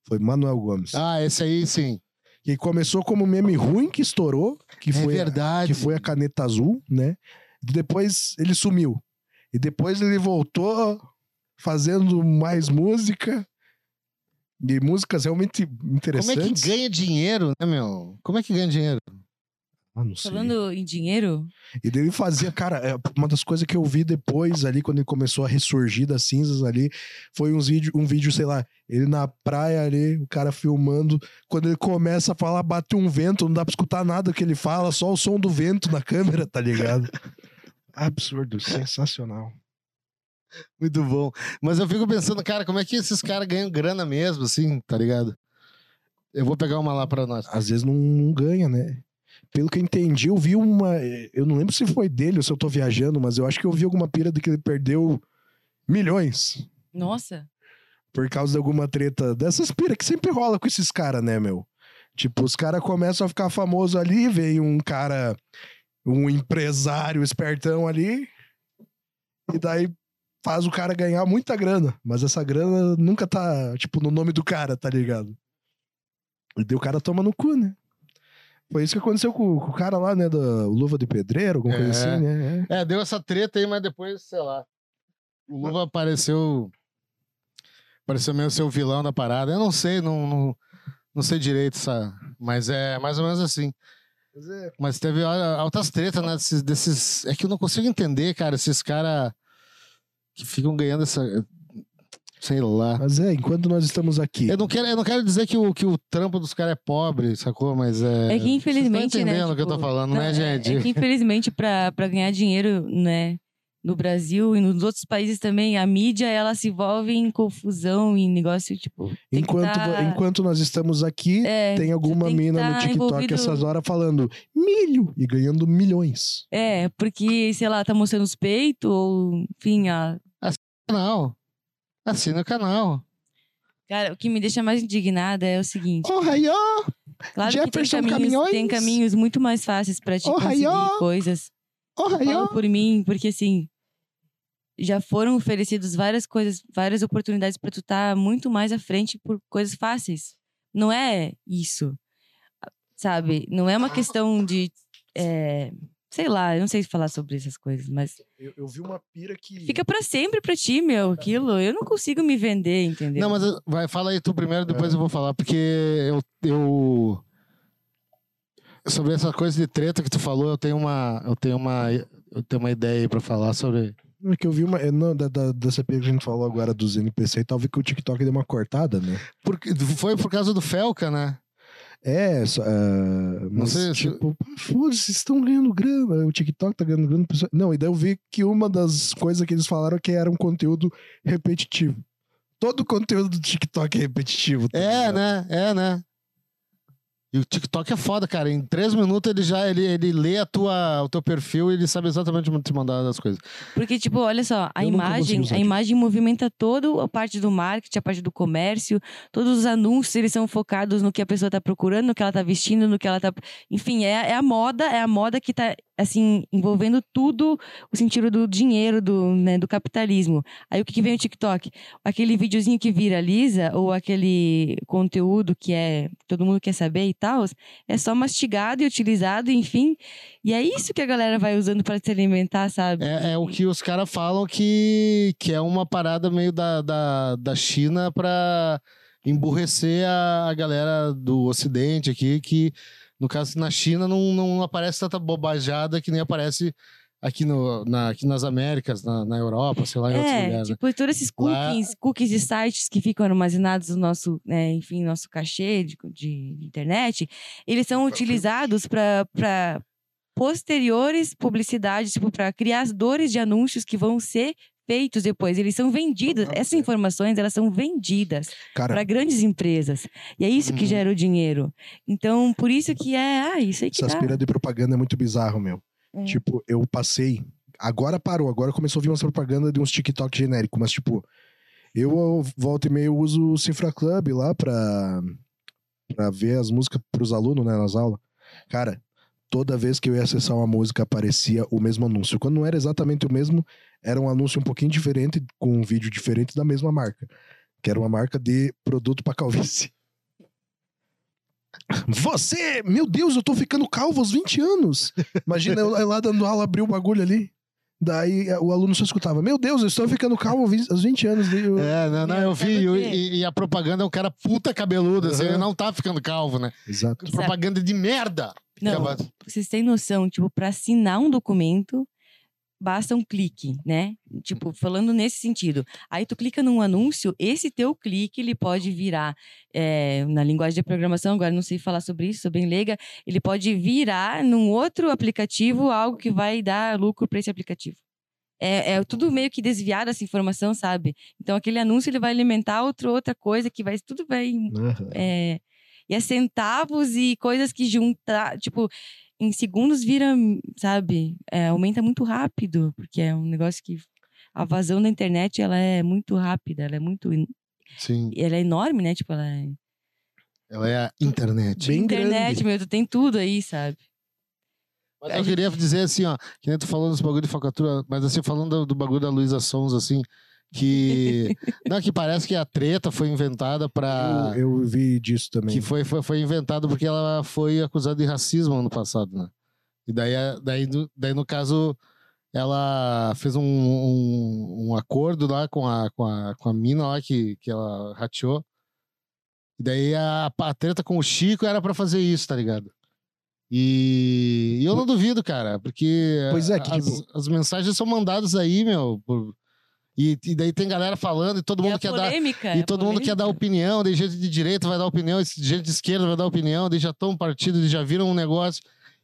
S3: foi Manuel Gomes.
S2: Ah, esse aí sim.
S3: que começou como meme ruim que estourou, que
S2: é
S3: foi
S2: verdade.
S3: que foi a caneta azul, né? Depois ele sumiu. E depois ele voltou fazendo mais música. E músicas realmente
S2: Como é
S3: interessantes.
S2: que ganha dinheiro, né, meu? Como é que ganha dinheiro?
S3: Ah, não sei.
S4: Falando em dinheiro,
S3: E daí ele fazia, cara, é, uma das coisas que eu vi depois ali, quando ele começou a ressurgir das cinzas ali, foi uns vídeo, um vídeo, sei lá, ele na praia ali, o cara filmando. Quando ele começa a falar, bate um vento, não dá pra escutar nada que ele fala, só o som do vento na câmera, tá ligado? (laughs) Absurdo, sensacional.
S2: Muito bom. Mas eu fico pensando, cara, como é que esses caras ganham grana mesmo, assim, tá ligado? Eu vou pegar uma lá pra nós.
S3: Às vezes não, não ganha, né? Pelo que eu entendi, eu vi uma. Eu não lembro se foi dele ou se eu tô viajando, mas eu acho que eu vi alguma pira de que ele perdeu milhões.
S4: nossa,
S3: por causa de alguma treta dessas pira que sempre rola com esses caras, né, meu? Tipo, os caras começam a ficar famoso ali, vem um cara, um empresário espertão ali, e daí faz o cara ganhar muita grana, mas essa grana nunca tá, tipo, no nome do cara, tá ligado? E daí o cara toma no cu, né? Foi isso que aconteceu com, com o cara lá, né, da Luva de Pedreiro, alguma
S2: É.
S3: coisa assim, né? É.
S2: É, deu essa treta aí, mas depois, sei lá. O Luva apareceu. Pareceu meio ser o vilão da parada. Eu não sei, não, não, não sei direito, sabe? Mas é mais ou menos assim.
S3: Mas é,
S2: Mas teve olha, altas tretas, né? Desses, desses- É que eu não consigo entender, cara, esses caras que ficam ganhando essa. Sei lá.
S3: mas é, enquanto nós estamos aqui.
S2: Eu não quero, eu não quero dizer que o, que o trampo dos caras é pobre, sacou? Mas é.
S4: é que infelizmente,
S2: Vocês estão
S4: né?
S2: entendendo o que eu tô
S4: tipo,
S2: falando, né, gente?
S4: É que infelizmente pra pra ganhar dinheiro, né? No Brasil e nos outros países também, a mídia ela se envolve em confusão, em negócio tipo. tem que
S3: Enquanto, vo-
S4: tá-
S3: enquanto nós estamos aqui,
S4: É,
S3: tem alguma
S4: tem que
S3: mina no
S4: tá
S3: TikTok
S4: envolvido-
S3: essas horas falando milho e ganhando milhões.
S4: É, porque, sei lá, tá mostrando os peitos, ou, enfim, a
S2: Canal. Assina o canal.
S4: Cara, o que me deixa mais indignada é o seguinte.
S3: Oh, aí, ó!
S4: Claro
S3: Jefferson
S4: que tem caminhos,
S3: Caminhões?
S4: tem caminhos muito mais fáceis pra te
S3: Oh,
S4: conseguir
S3: hi-yo!
S4: coisas.
S3: Oh, aí, ó!
S4: Falo por mim, porque assim. já foram oferecidas várias coisas, várias oportunidades para tu estar muito mais à frente por coisas fáceis. Não é isso, sabe? Não é uma questão de, é, sei lá, eu não sei falar sobre essas coisas, mas
S3: Eu, eu vi uma pira que.
S4: fica para sempre pra ti, meu, aquilo. Eu não consigo me vender, entendeu?
S2: Não, mas eh, vai, fala aí tu primeiro, depois eu vou falar, porque eu, eu. Sobre essa coisa de treta que tu falou, eu tenho uma. Eu tenho uma. Eu tenho uma ideia aí pra falar sobre.
S3: É que eu vi uma. é, Não, da, da- dessa pira que a gente falou agora dos NPC e tal, vi que o TikTok deu uma cortada, né?
S2: Porque foi por causa do Felca, né?
S3: É, só, ah, mas,
S2: sei se-
S3: tipo, pá, foda-se, vocês estão ganhando grana, o TikTok tá ganhando grana. pessoal- Não, e daí eu vi que uma das coisas que eles falaram é que era um conteúdo repetitivo. Todo o conteúdo do TikTok é repetitivo. tá
S2: É,
S3: ligado?
S2: né? É, né? E o TikTok é foda, cara. Em três minutos ele já ele, ele lê a tua, o teu perfil e ele sabe exatamente onde te mandar as coisas.
S4: Porque, tipo, olha só, a
S3: Eu nunca consigo
S4: imagem,
S3: usar
S4: a
S3: aquilo.
S4: imagem movimenta toda a parte do marketing, a parte do comércio, todos os anúncios, eles são focados no que a pessoa tá procurando, no que ela tá vestindo, no que ela tá. Enfim, é, é a moda, é a moda que tá, assim, envolvendo tudo o sentido do dinheiro, do, né, do capitalismo. Aí o que, que vem o TikTok? Aquele videozinho que viraliza, ou aquele conteúdo que é todo mundo quer saber e tal, é só mastigado e utilizado, enfim. E é isso que a galera vai usando para se alimentar, sabe?
S2: É, é o que os caras falam que, que é uma parada meio da, da, da China pra emburrecer a, a galera do Ocidente aqui, que no caso na China não, não aparece tanta bobajada que nem aparece aqui, no, na, aqui nas Américas, na, na Europa, sei lá, em outros
S4: É,
S2: lugares. né?
S4: tipo, todos esses
S2: Lá-
S4: cookies, cookies de sites que ficam armazenados no nosso, né, enfim, nosso cachê de, de internet, eles são utilizados para posteriores publicidades, tipo, para criadores de anúncios que vão ser feitos depois. Eles são vendidos, essas informações, elas são vendidas para
S3: Cara,
S4: grandes empresas. E é isso que
S2: Uhum.
S4: gera o dinheiro. Então, por isso que é, ah, isso aí que
S3: essas
S4: dá.
S3: piras de propaganda é muito bizarro, meu.
S4: É.
S3: Tipo, eu passei. Agora parou, agora começou a vir umas propagandas de uns TikTok genérico, mas tipo, eu eu volta e meia eu uso o Cifra Club lá pra, pra ver as músicas pros alunos, né, nas aulas. Cara, toda vez que eu ia acessar uma música aparecia o mesmo anúncio. Quando não era exatamente o mesmo, era um anúncio um pouquinho diferente, com um vídeo diferente da mesma marca. Que era uma marca de produto pra calvície. (laughs) Você, meu Deus, eu tô ficando calvo aos 20 anos. Imagina eu lá dando aula, abriu o bagulho ali. Daí eh, o aluno só escutava: Meu Deus, eu estou ficando calvo aos 20 aos 20 anos. Daí eu-
S2: É, não, não,
S4: Meu,
S2: eu
S4: sabe
S2: vi.
S4: o
S2: E, o-
S4: quê?
S2: e- e a propaganda é um cara puta cabeludo, assim,
S3: Aham.
S2: ele não tá ficando calvo, né?
S3: Exato.
S4: Exato.
S2: Propaganda de merda!
S4: Não,
S2: Acabado.
S4: vocês têm noção, tipo, para assinar um documento, basta um clique, né? Tipo, falando nesse sentido. Aí tu clica num anúncio, esse teu clique, ele pode virar, é, na linguagem de programação, agora não sei falar sobre isso, sou bem leiga, ele pode virar num outro aplicativo algo que vai dar lucro para esse aplicativo. É, é tudo meio que desviado essa informação, sabe? Então aquele anúncio ele vai alimentar outro, outra coisa que vai tudo vai
S3: Aham.
S4: é, e é centavos e coisas que juntar, tipo, em segundos vira, sabe, é, aumenta muito rápido, porque é um negócio que a vazão da internet, ela é muito rápida, ela é muito, en-
S2: Sim,
S4: ela é enorme, né, tipo, ela é
S2: ela é a internet.
S3: Bem
S4: internet,
S3: grande.
S4: meu, tu tem tudo aí, sabe?
S2: Mas eu queria dizer assim, ó, que nem tu falando desse bagulho de falcatrua, mas assim, falando do, do bagulho da Luísa Sons, assim, que. não, que parece que a treta foi inventada pra.
S3: Eu, eu vi disso também.
S2: Ah. que foi, foi, foi inventada porque ela foi acusada de racismo ano passado, né? E daí, a- daí, no- daí no caso, ela fez um, um, um acordo lá com a, com a, com a mina lá que, que ela rateou. E daí a, a treta com o Chico era pra fazer isso, tá ligado? E, e eu não duvido, cara, porque
S3: Pois é, que
S2: as,
S3: tipo-
S2: as mensagens são mandadas aí, meu. por- e, e daí tem galera falando e todo
S4: é
S2: mundo
S4: a
S2: quer dar
S4: polêmica, é
S2: e
S4: a
S2: todo mundo quer dar
S4: polêmica.
S2: opinião, daí gente de direita vai dar opinião, esse gente de esquerda vai dar opinião, daí já estão partido, eles já viram um negócio.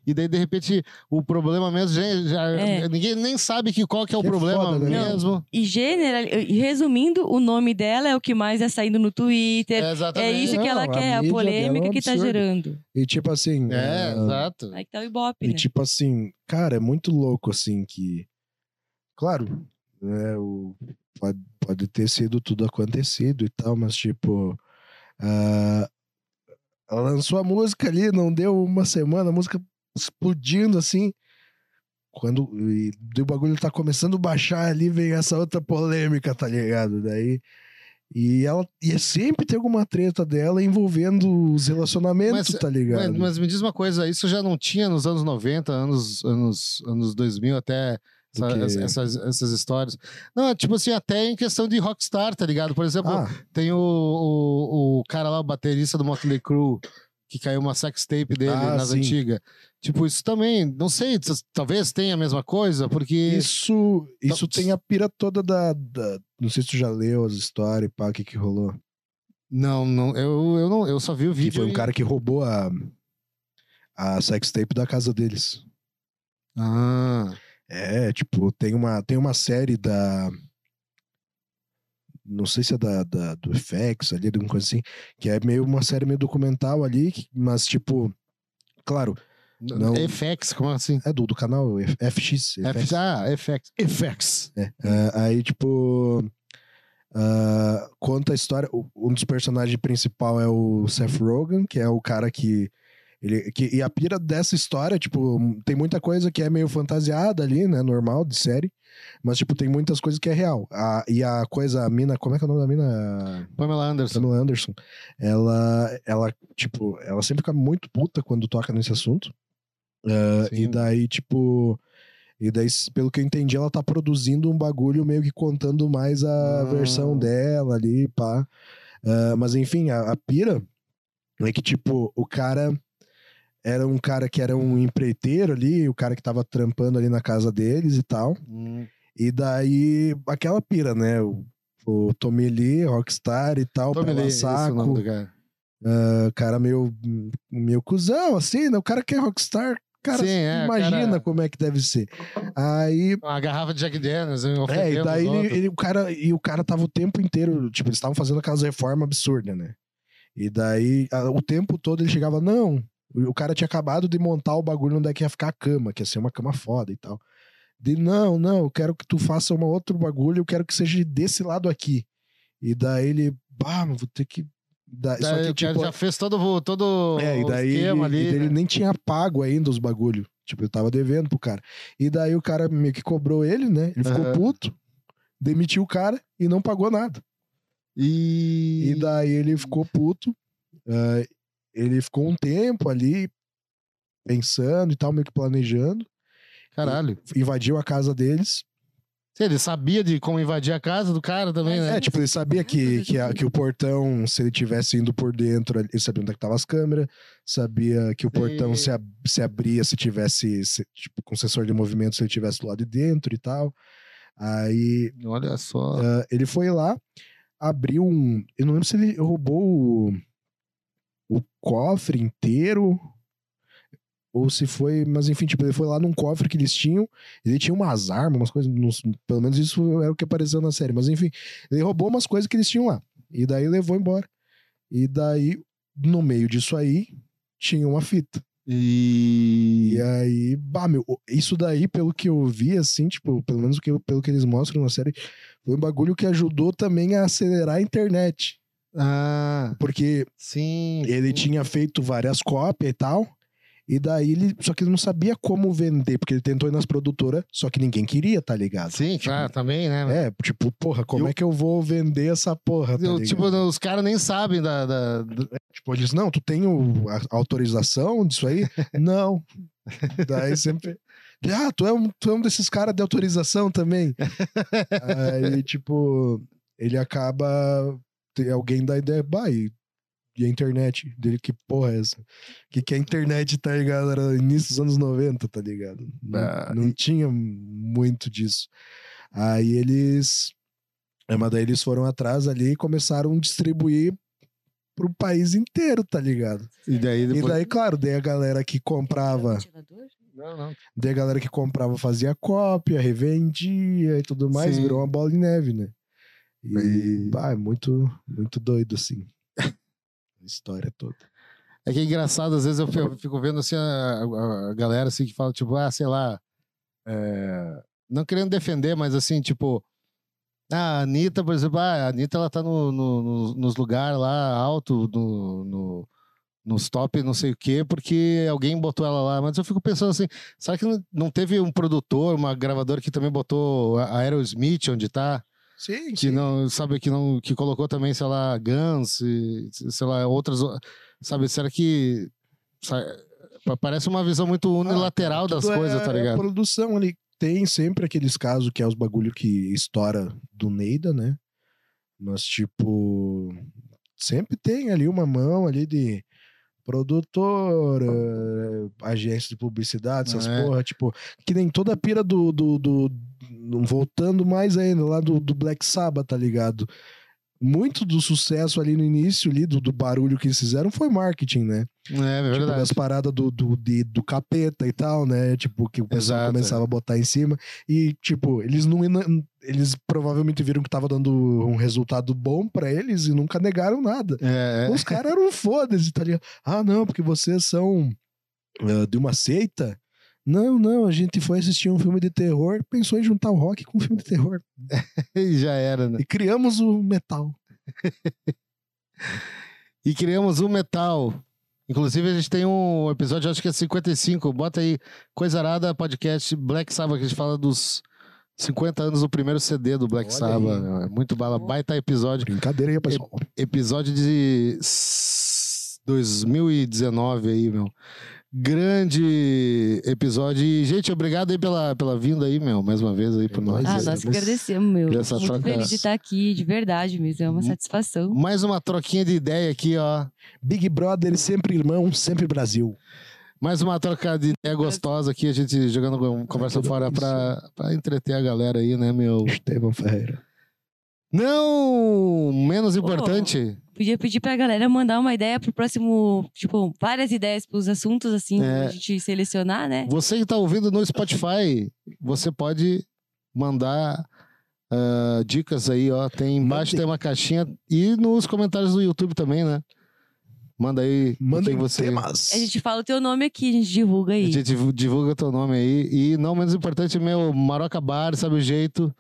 S2: E daí, de repente, o problema mesmo, já, já-
S4: É.
S2: ninguém nem sabe que, qual que é o
S3: Que é
S2: problema
S3: foda, né? Não.
S2: mesmo.
S4: E general, e resumindo, o nome dela é o que mais é saindo no Twitter.
S2: É,
S4: É,
S2: exatamente.
S4: isso
S3: Não,
S4: que ela
S3: a
S4: quer,
S3: mídia
S4: a
S3: dela é um
S4: polêmica que tá
S3: absurdo.
S4: gerando.
S3: E tipo assim.
S2: É,
S3: ah,
S2: exato.
S4: Aí que tá o Ibope,
S3: E
S4: né?
S3: tipo assim, cara, é muito louco assim que. Claro, né? O, pode, pode ter sido tudo acontecido e tal, mas tipo. ah, ela lançou a música ali, não deu uma semana, a música explodindo assim. Quando e, daí o bagulho tá começando a baixar ali, vem essa outra polêmica, tá ligado? Daí. E ela e é sempre tem alguma treta dela envolvendo os relacionamentos,
S2: Mas-
S3: tá ligado?
S2: Mas, mas me diz uma coisa, isso já não tinha nos anos 90, anos, anos, anos 2000 até essa-
S3: Do que-
S2: essas, essas histórias. Não, é tipo assim, até em questão de rockstar, tá ligado? Por exemplo,
S3: Ah,
S2: tem o, o, o cara lá, o baterista do Motley Crue, que caiu uma sex tape dele
S3: Ah,
S2: nas
S3: sim.
S2: antigas. Tipo, isso também, não sei, t- talvez tenha a mesma coisa, porque...
S3: isso, isso
S2: Não,
S3: tem a pira toda da, da- Não sei se tu já leu as histórias e pá, o que, que rolou.
S2: Não, não, eu, eu não, eu só vi o
S3: Que
S2: vídeo.
S3: foi um
S2: e-
S3: cara que roubou a, a sextape da casa deles.
S2: Ah,
S3: É, tipo, tem uma, tem uma série da. Não sei se é da, da- do FX ali, alguma coisa assim, que é meio uma série meio documental ali, que- mas tipo. Claro, Não.
S2: FX, como assim?
S3: é do, do canal F- FX. FX.
S2: F- É. ah, FX. FX.
S3: né? Ah, aí, tipo. ah, conta a história. o- Um dos personagens principal é o Seth Rogen, que é o cara que. Ele, que e a pira dessa história, tipo, tem muita coisa que é meio fantasiada ali, né? Normal, de série. Mas, tipo, tem muitas coisas que é real. A, e a coisa, a mina. Como é que é o nome da mina?
S2: Pamela Anderson.
S3: Pamela Anderson, ela, ela, tipo, ela sempre fica muito puta quando toca nesse assunto. Ah,
S2: Sim.
S3: e daí, tipo. E daí, s- pelo que eu entendi, ela tá produzindo um bagulho meio que contando mais a
S2: Ah.
S3: versão dela ali, pá. Ah, mas enfim, a, a pira é que, tipo, o cara era um cara que era um empreiteiro ali, o cara que tava trampando ali na casa deles e tal.
S2: Hum,
S3: E daí, aquela pira, né? O, o Tommy Lee, Rockstar e tal,
S2: Tommy Lee,
S3: Pela
S2: esse é o nome
S3: Saco.
S2: do cara.
S3: O cara meio, meio cuzão, assim, né? O cara que é Rockstar, cara,
S2: Sim, é, o
S3: imagina
S2: cara-
S3: como é que deve ser. Aí,
S2: Uma garrafa de Jack Daniels,
S3: é,
S2: ofendendo
S3: e
S2: os
S3: daí ele,
S2: outros.
S3: ele- o cara, e o cara tava o tempo inteiro, tipo, eles estavam fazendo aquelas reformas absurdas, né? E daí, a- o tempo todo ele chegava, não, o o cara tinha acabado de montar o bagulho onde é que ia ficar a cama, que ia ser uma cama foda e tal. De não, não, eu quero que tu faça um outro bagulho, eu quero que seja desse lado aqui. E daí ele, bah, mas vou ter que. tipo, dar
S2: Daí o cara já fez todo, o- todo
S3: é, e
S2: o
S3: daí ele,
S2: um esquema ali.
S3: e daí ele
S2: né?
S3: nem tinha pago ainda os bagulho. Tipo, eu tava devendo pro cara. E daí o cara meio que cobrou ele, né? Ele ficou
S2: Aham.
S3: puto, demitiu o cara e não pagou nada.
S2: E...
S3: E daí ele ficou puto. ah, ele ficou um tempo ali pensando e tal, meio que planejando.
S2: Caralho.
S3: Invadiu a casa deles.
S2: Sim, Ele sabia de como invadir a casa do cara também, né?
S3: É, tipo, ele sabia que, que, a- que o portão, se ele tivesse indo por dentro, ele sabia onde é que tava as câmeras, sabia que o portão se, ab- se abria se tivesse, se- tipo, com sensor de movimento, se ele tivesse do lado de dentro e tal. Aí
S2: Olha só.
S3: ah, ele foi lá, abriu um. Eu não lembro se ele roubou o, o cofre inteiro. Ou se foi, mas enfim, tipo, ele foi lá num cofre que eles tinham. Ele tinha umas armas, umas coisas. não s- pelo menos isso era o que apareceu na série. Mas enfim, ele roubou umas coisas que eles tinham lá. E daí levou embora. E daí, no meio disso aí, tinha uma fita.
S2: E...
S3: E é. aí, bah, meu, o- isso daí, pelo que eu vi, assim, tipo, pelo menos o que eu- pelo que eles mostram na série, foi um bagulho que ajudou também a acelerar a internet.
S2: Ah,
S3: Porque
S2: sim.
S3: ele
S2: sim.
S3: tinha feito várias cópias e tal, e daí ele. Só que ele não sabia como vender, porque ele tentou ir nas produtoras, só que ninguém queria, tá ligado?
S2: Sim, claro, também, né?
S3: É, tipo, porra, como
S2: Eu-
S3: é que eu vou vender essa porra? Tá
S2: Eu,
S3: ligado?
S2: tipo, os caras nem sabem da. da- da-
S3: Tipo, eles, não, tu tem o- a a autorização disso aí? não. Daí sempre. Ah, tu é um, tu é um desses caras de autorização também. aí, tipo, ele acaba. tem Alguém dá ideia, bah, e, e a internet dele, que porra é essa? Que que a internet, tá ligado? Era início dos anos 90, tá ligado? Não,
S2: Ah,
S3: não tinha muito disso. Aí eles. é, Mas daí eles foram atrás ali e começaram a distribuir pro país inteiro, tá ligado?
S2: E daí
S3: E
S2: depois.
S3: daí, claro, daí a galera que comprava,
S2: Não, não.
S3: daí a galera que comprava fazia cópia, revendia e tudo mais,
S2: Sim.
S3: virou uma bola de neve, né? E,
S2: E-
S3: bah, é muito, muito doido, assim. (laughs) A história toda.
S2: É que é engraçado, às vezes eu fico- eu fico vendo assim a, a- a galera assim que fala, tipo, ah, sei lá. é, Não querendo defender, mas assim, tipo. ah, A Anitta, por exemplo, ah, a Anitta ela tá no, no- no- nos lugares lá alto, no, no, nos top não sei o quê, porque alguém botou ela lá. Mas eu fico pensando assim, será que não- não teve um produtor, uma gravadora que também botou a a Aerosmith onde tá?
S3: Sim,
S2: Que não, sabe, que não, que colocou também, sei lá, Guns, e, sei lá, outras, o- sabe, será que sa- pa- parece uma visão muito unilateral das
S3: Ah, Tudo é-
S2: coisas, tá
S3: É
S2: ligado?
S3: produção ali. Tem sempre aqueles casos que é os bagulho que estoura do Neida, né? Mas, tipo, sempre tem ali uma mão ali de produtor, eh, agência de publicidade, essas
S2: É.
S3: porra, tipo, que nem toda a pira do, do, do- do- Voltando mais ainda, lá do, do Black Sabbath, tá ligado? Muito do sucesso ali no início, ali, do, do barulho que eles fizeram, foi marketing, né?
S2: É, é
S3: Tipo,
S2: verdade.
S3: das paradas do, do, de- do capeta e tal, né? Tipo, que o pessoal
S2: Exato,
S3: começava a botar em cima. E, tipo, eles não. ina- Eles provavelmente viram que tava dando um resultado bom pra eles e nunca negaram nada.
S2: É,
S3: Os caras eram foda-se, tá ligado? Ah, não, porque vocês são ah, de uma seita. Não, não, a gente foi assistir um filme de terror, pensou em juntar o rock com um filme de terror.
S2: (laughs) é, já era, né?
S3: E criamos o metal.
S2: E criamos o metal. Inclusive, a gente tem um episódio, acho que é 55. Bota aí, Coisarada Podcast Black Sabbath, que a gente fala dos 50 anos do primeiro CD do Black
S3: Olha
S2: Sabbath. É muito bala, baita episódio.
S3: Brincadeira aí, pessoal.
S2: Episódio de s- 2019 aí, meu. Grande episódio. E, gente, obrigado aí pela, pela vinda aí, meu, mais uma vez aí por
S3: É
S2: nós.
S3: nóis,
S4: Ah,
S3: Mas-
S4: nós que agradecemos, meu.
S2: Essa
S4: Muito
S2: troca-
S4: feliz de estar aqui, de verdade mesmo. É uma
S2: Hum.
S4: satisfação.
S2: Mais uma troquinha de ideia aqui, ó.
S3: Big Brother, sempre irmão, sempre Brasil.
S2: Mais uma troca de ideia gostosa aqui, a gente jogando com- conversa
S3: tudo
S2: fora
S3: isso.
S2: pra, pra entreter a galera aí, né, meu?
S3: Estevam Ferreira.
S2: Não menos importante.
S4: Podia pedir pra galera mandar uma ideia pro próximo, tipo, várias ideias pros assuntos, assim,
S2: É.
S4: pra gente selecionar, né?
S2: Você que tá ouvindo no Spotify, você pode mandar ah, dicas aí, ó. Tem embaixo, tem
S3: Mandem.
S2: uma caixinha. E nos comentários do YouTube também, né? Manda aí um
S3: Mandem
S2: quem você.
S3: temas.
S4: A gente fala o teu nome aqui, a gente divulga
S2: A
S4: aí.
S2: gente divu- divulga teu nome aí. E não menos importante, meu, Maroca Bar, sabe o jeito.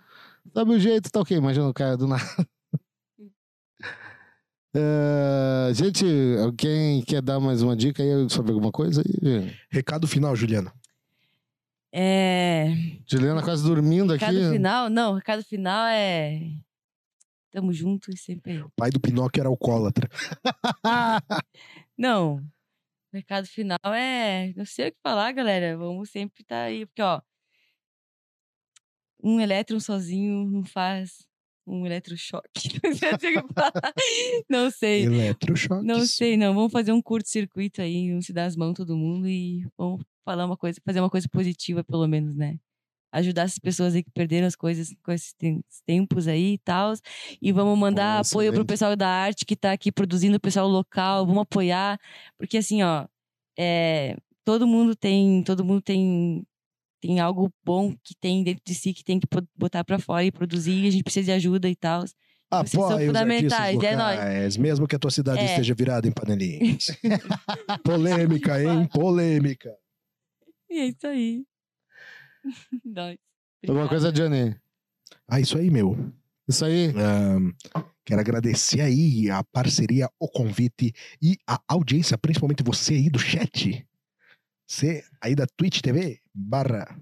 S2: Sabe o jeito, tá ok, imagina o cara do nada. (laughs) Eh, gente, alguém quer dar mais uma dica aí sobre alguma coisa aí, gente?
S3: Recado final, Juliana.
S4: É.
S2: Juliana quase dormindo aqui.
S4: Recado final? Não, recado final é. Tamo junto e sempre.
S3: O pai do Pinóquio era alcoólatra.
S4: Não. Recado final é. Não sei o que falar, galera. Vamos sempre estar aí. Porque, ó. Um elétron sozinho não faz um eletrochoque. (laughs) Não sei o que falar. Não sei.
S3: Eletrochoques.
S4: Não sei, não. Vamos fazer um curto-circuito aí, vamos se dar as mãos todo mundo e vamos falar uma coisa, fazer uma coisa positiva, pelo menos, né? Ajudar essas pessoas aí que perderam as coisas com esses tem- esses tempos aí e tal. E vamos mandar
S2: Pô,
S4: apoio pro
S2: excelente.
S4: pessoal da arte que tá aqui produzindo, o pessoal local, vamos apoiar. Porque assim, ó, é, todo mundo tem. Todo mundo tem. Tem algo bom que tem dentro de si que tem que po- botar pra fora e produzir, e a gente precisa de ajuda e tal.
S3: Apoie
S4: Vocês são
S3: os
S4: fundamentais,
S3: artistas
S4: é nóis.
S3: locais, mesmo que a tua cidade
S4: É.
S3: esteja virada em
S4: (laughs)
S3: panelinhas. Polêmica, hein? Polêmica.
S4: E é isso aí. (laughs) Nós.
S2: Alguma
S4: Obrigada.
S2: coisa, Johnny?
S3: Ah, isso aí, meu.
S2: Isso aí.
S3: Ahn, quero agradecer aí a parceria, o convite e a audiência, principalmente você aí do chat. Você aí da Twitch TV barra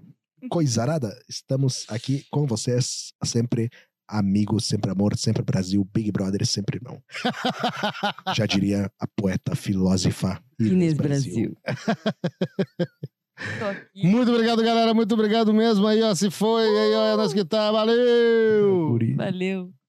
S3: Coisarada. Estamos aqui com vocês sempre. Amigos, sempre amor, sempre Brasil, Big Brother, sempre irmão. Já diria a poeta, filósofa
S4: Inês Brasil.
S2: (laughs)
S4: Tô aqui.
S2: Muito obrigado, galera. Muito obrigado mesmo. Aí, ó, se foi. Aí, ó, é nós que tá. Valeu!
S3: Guri.
S4: Valeu.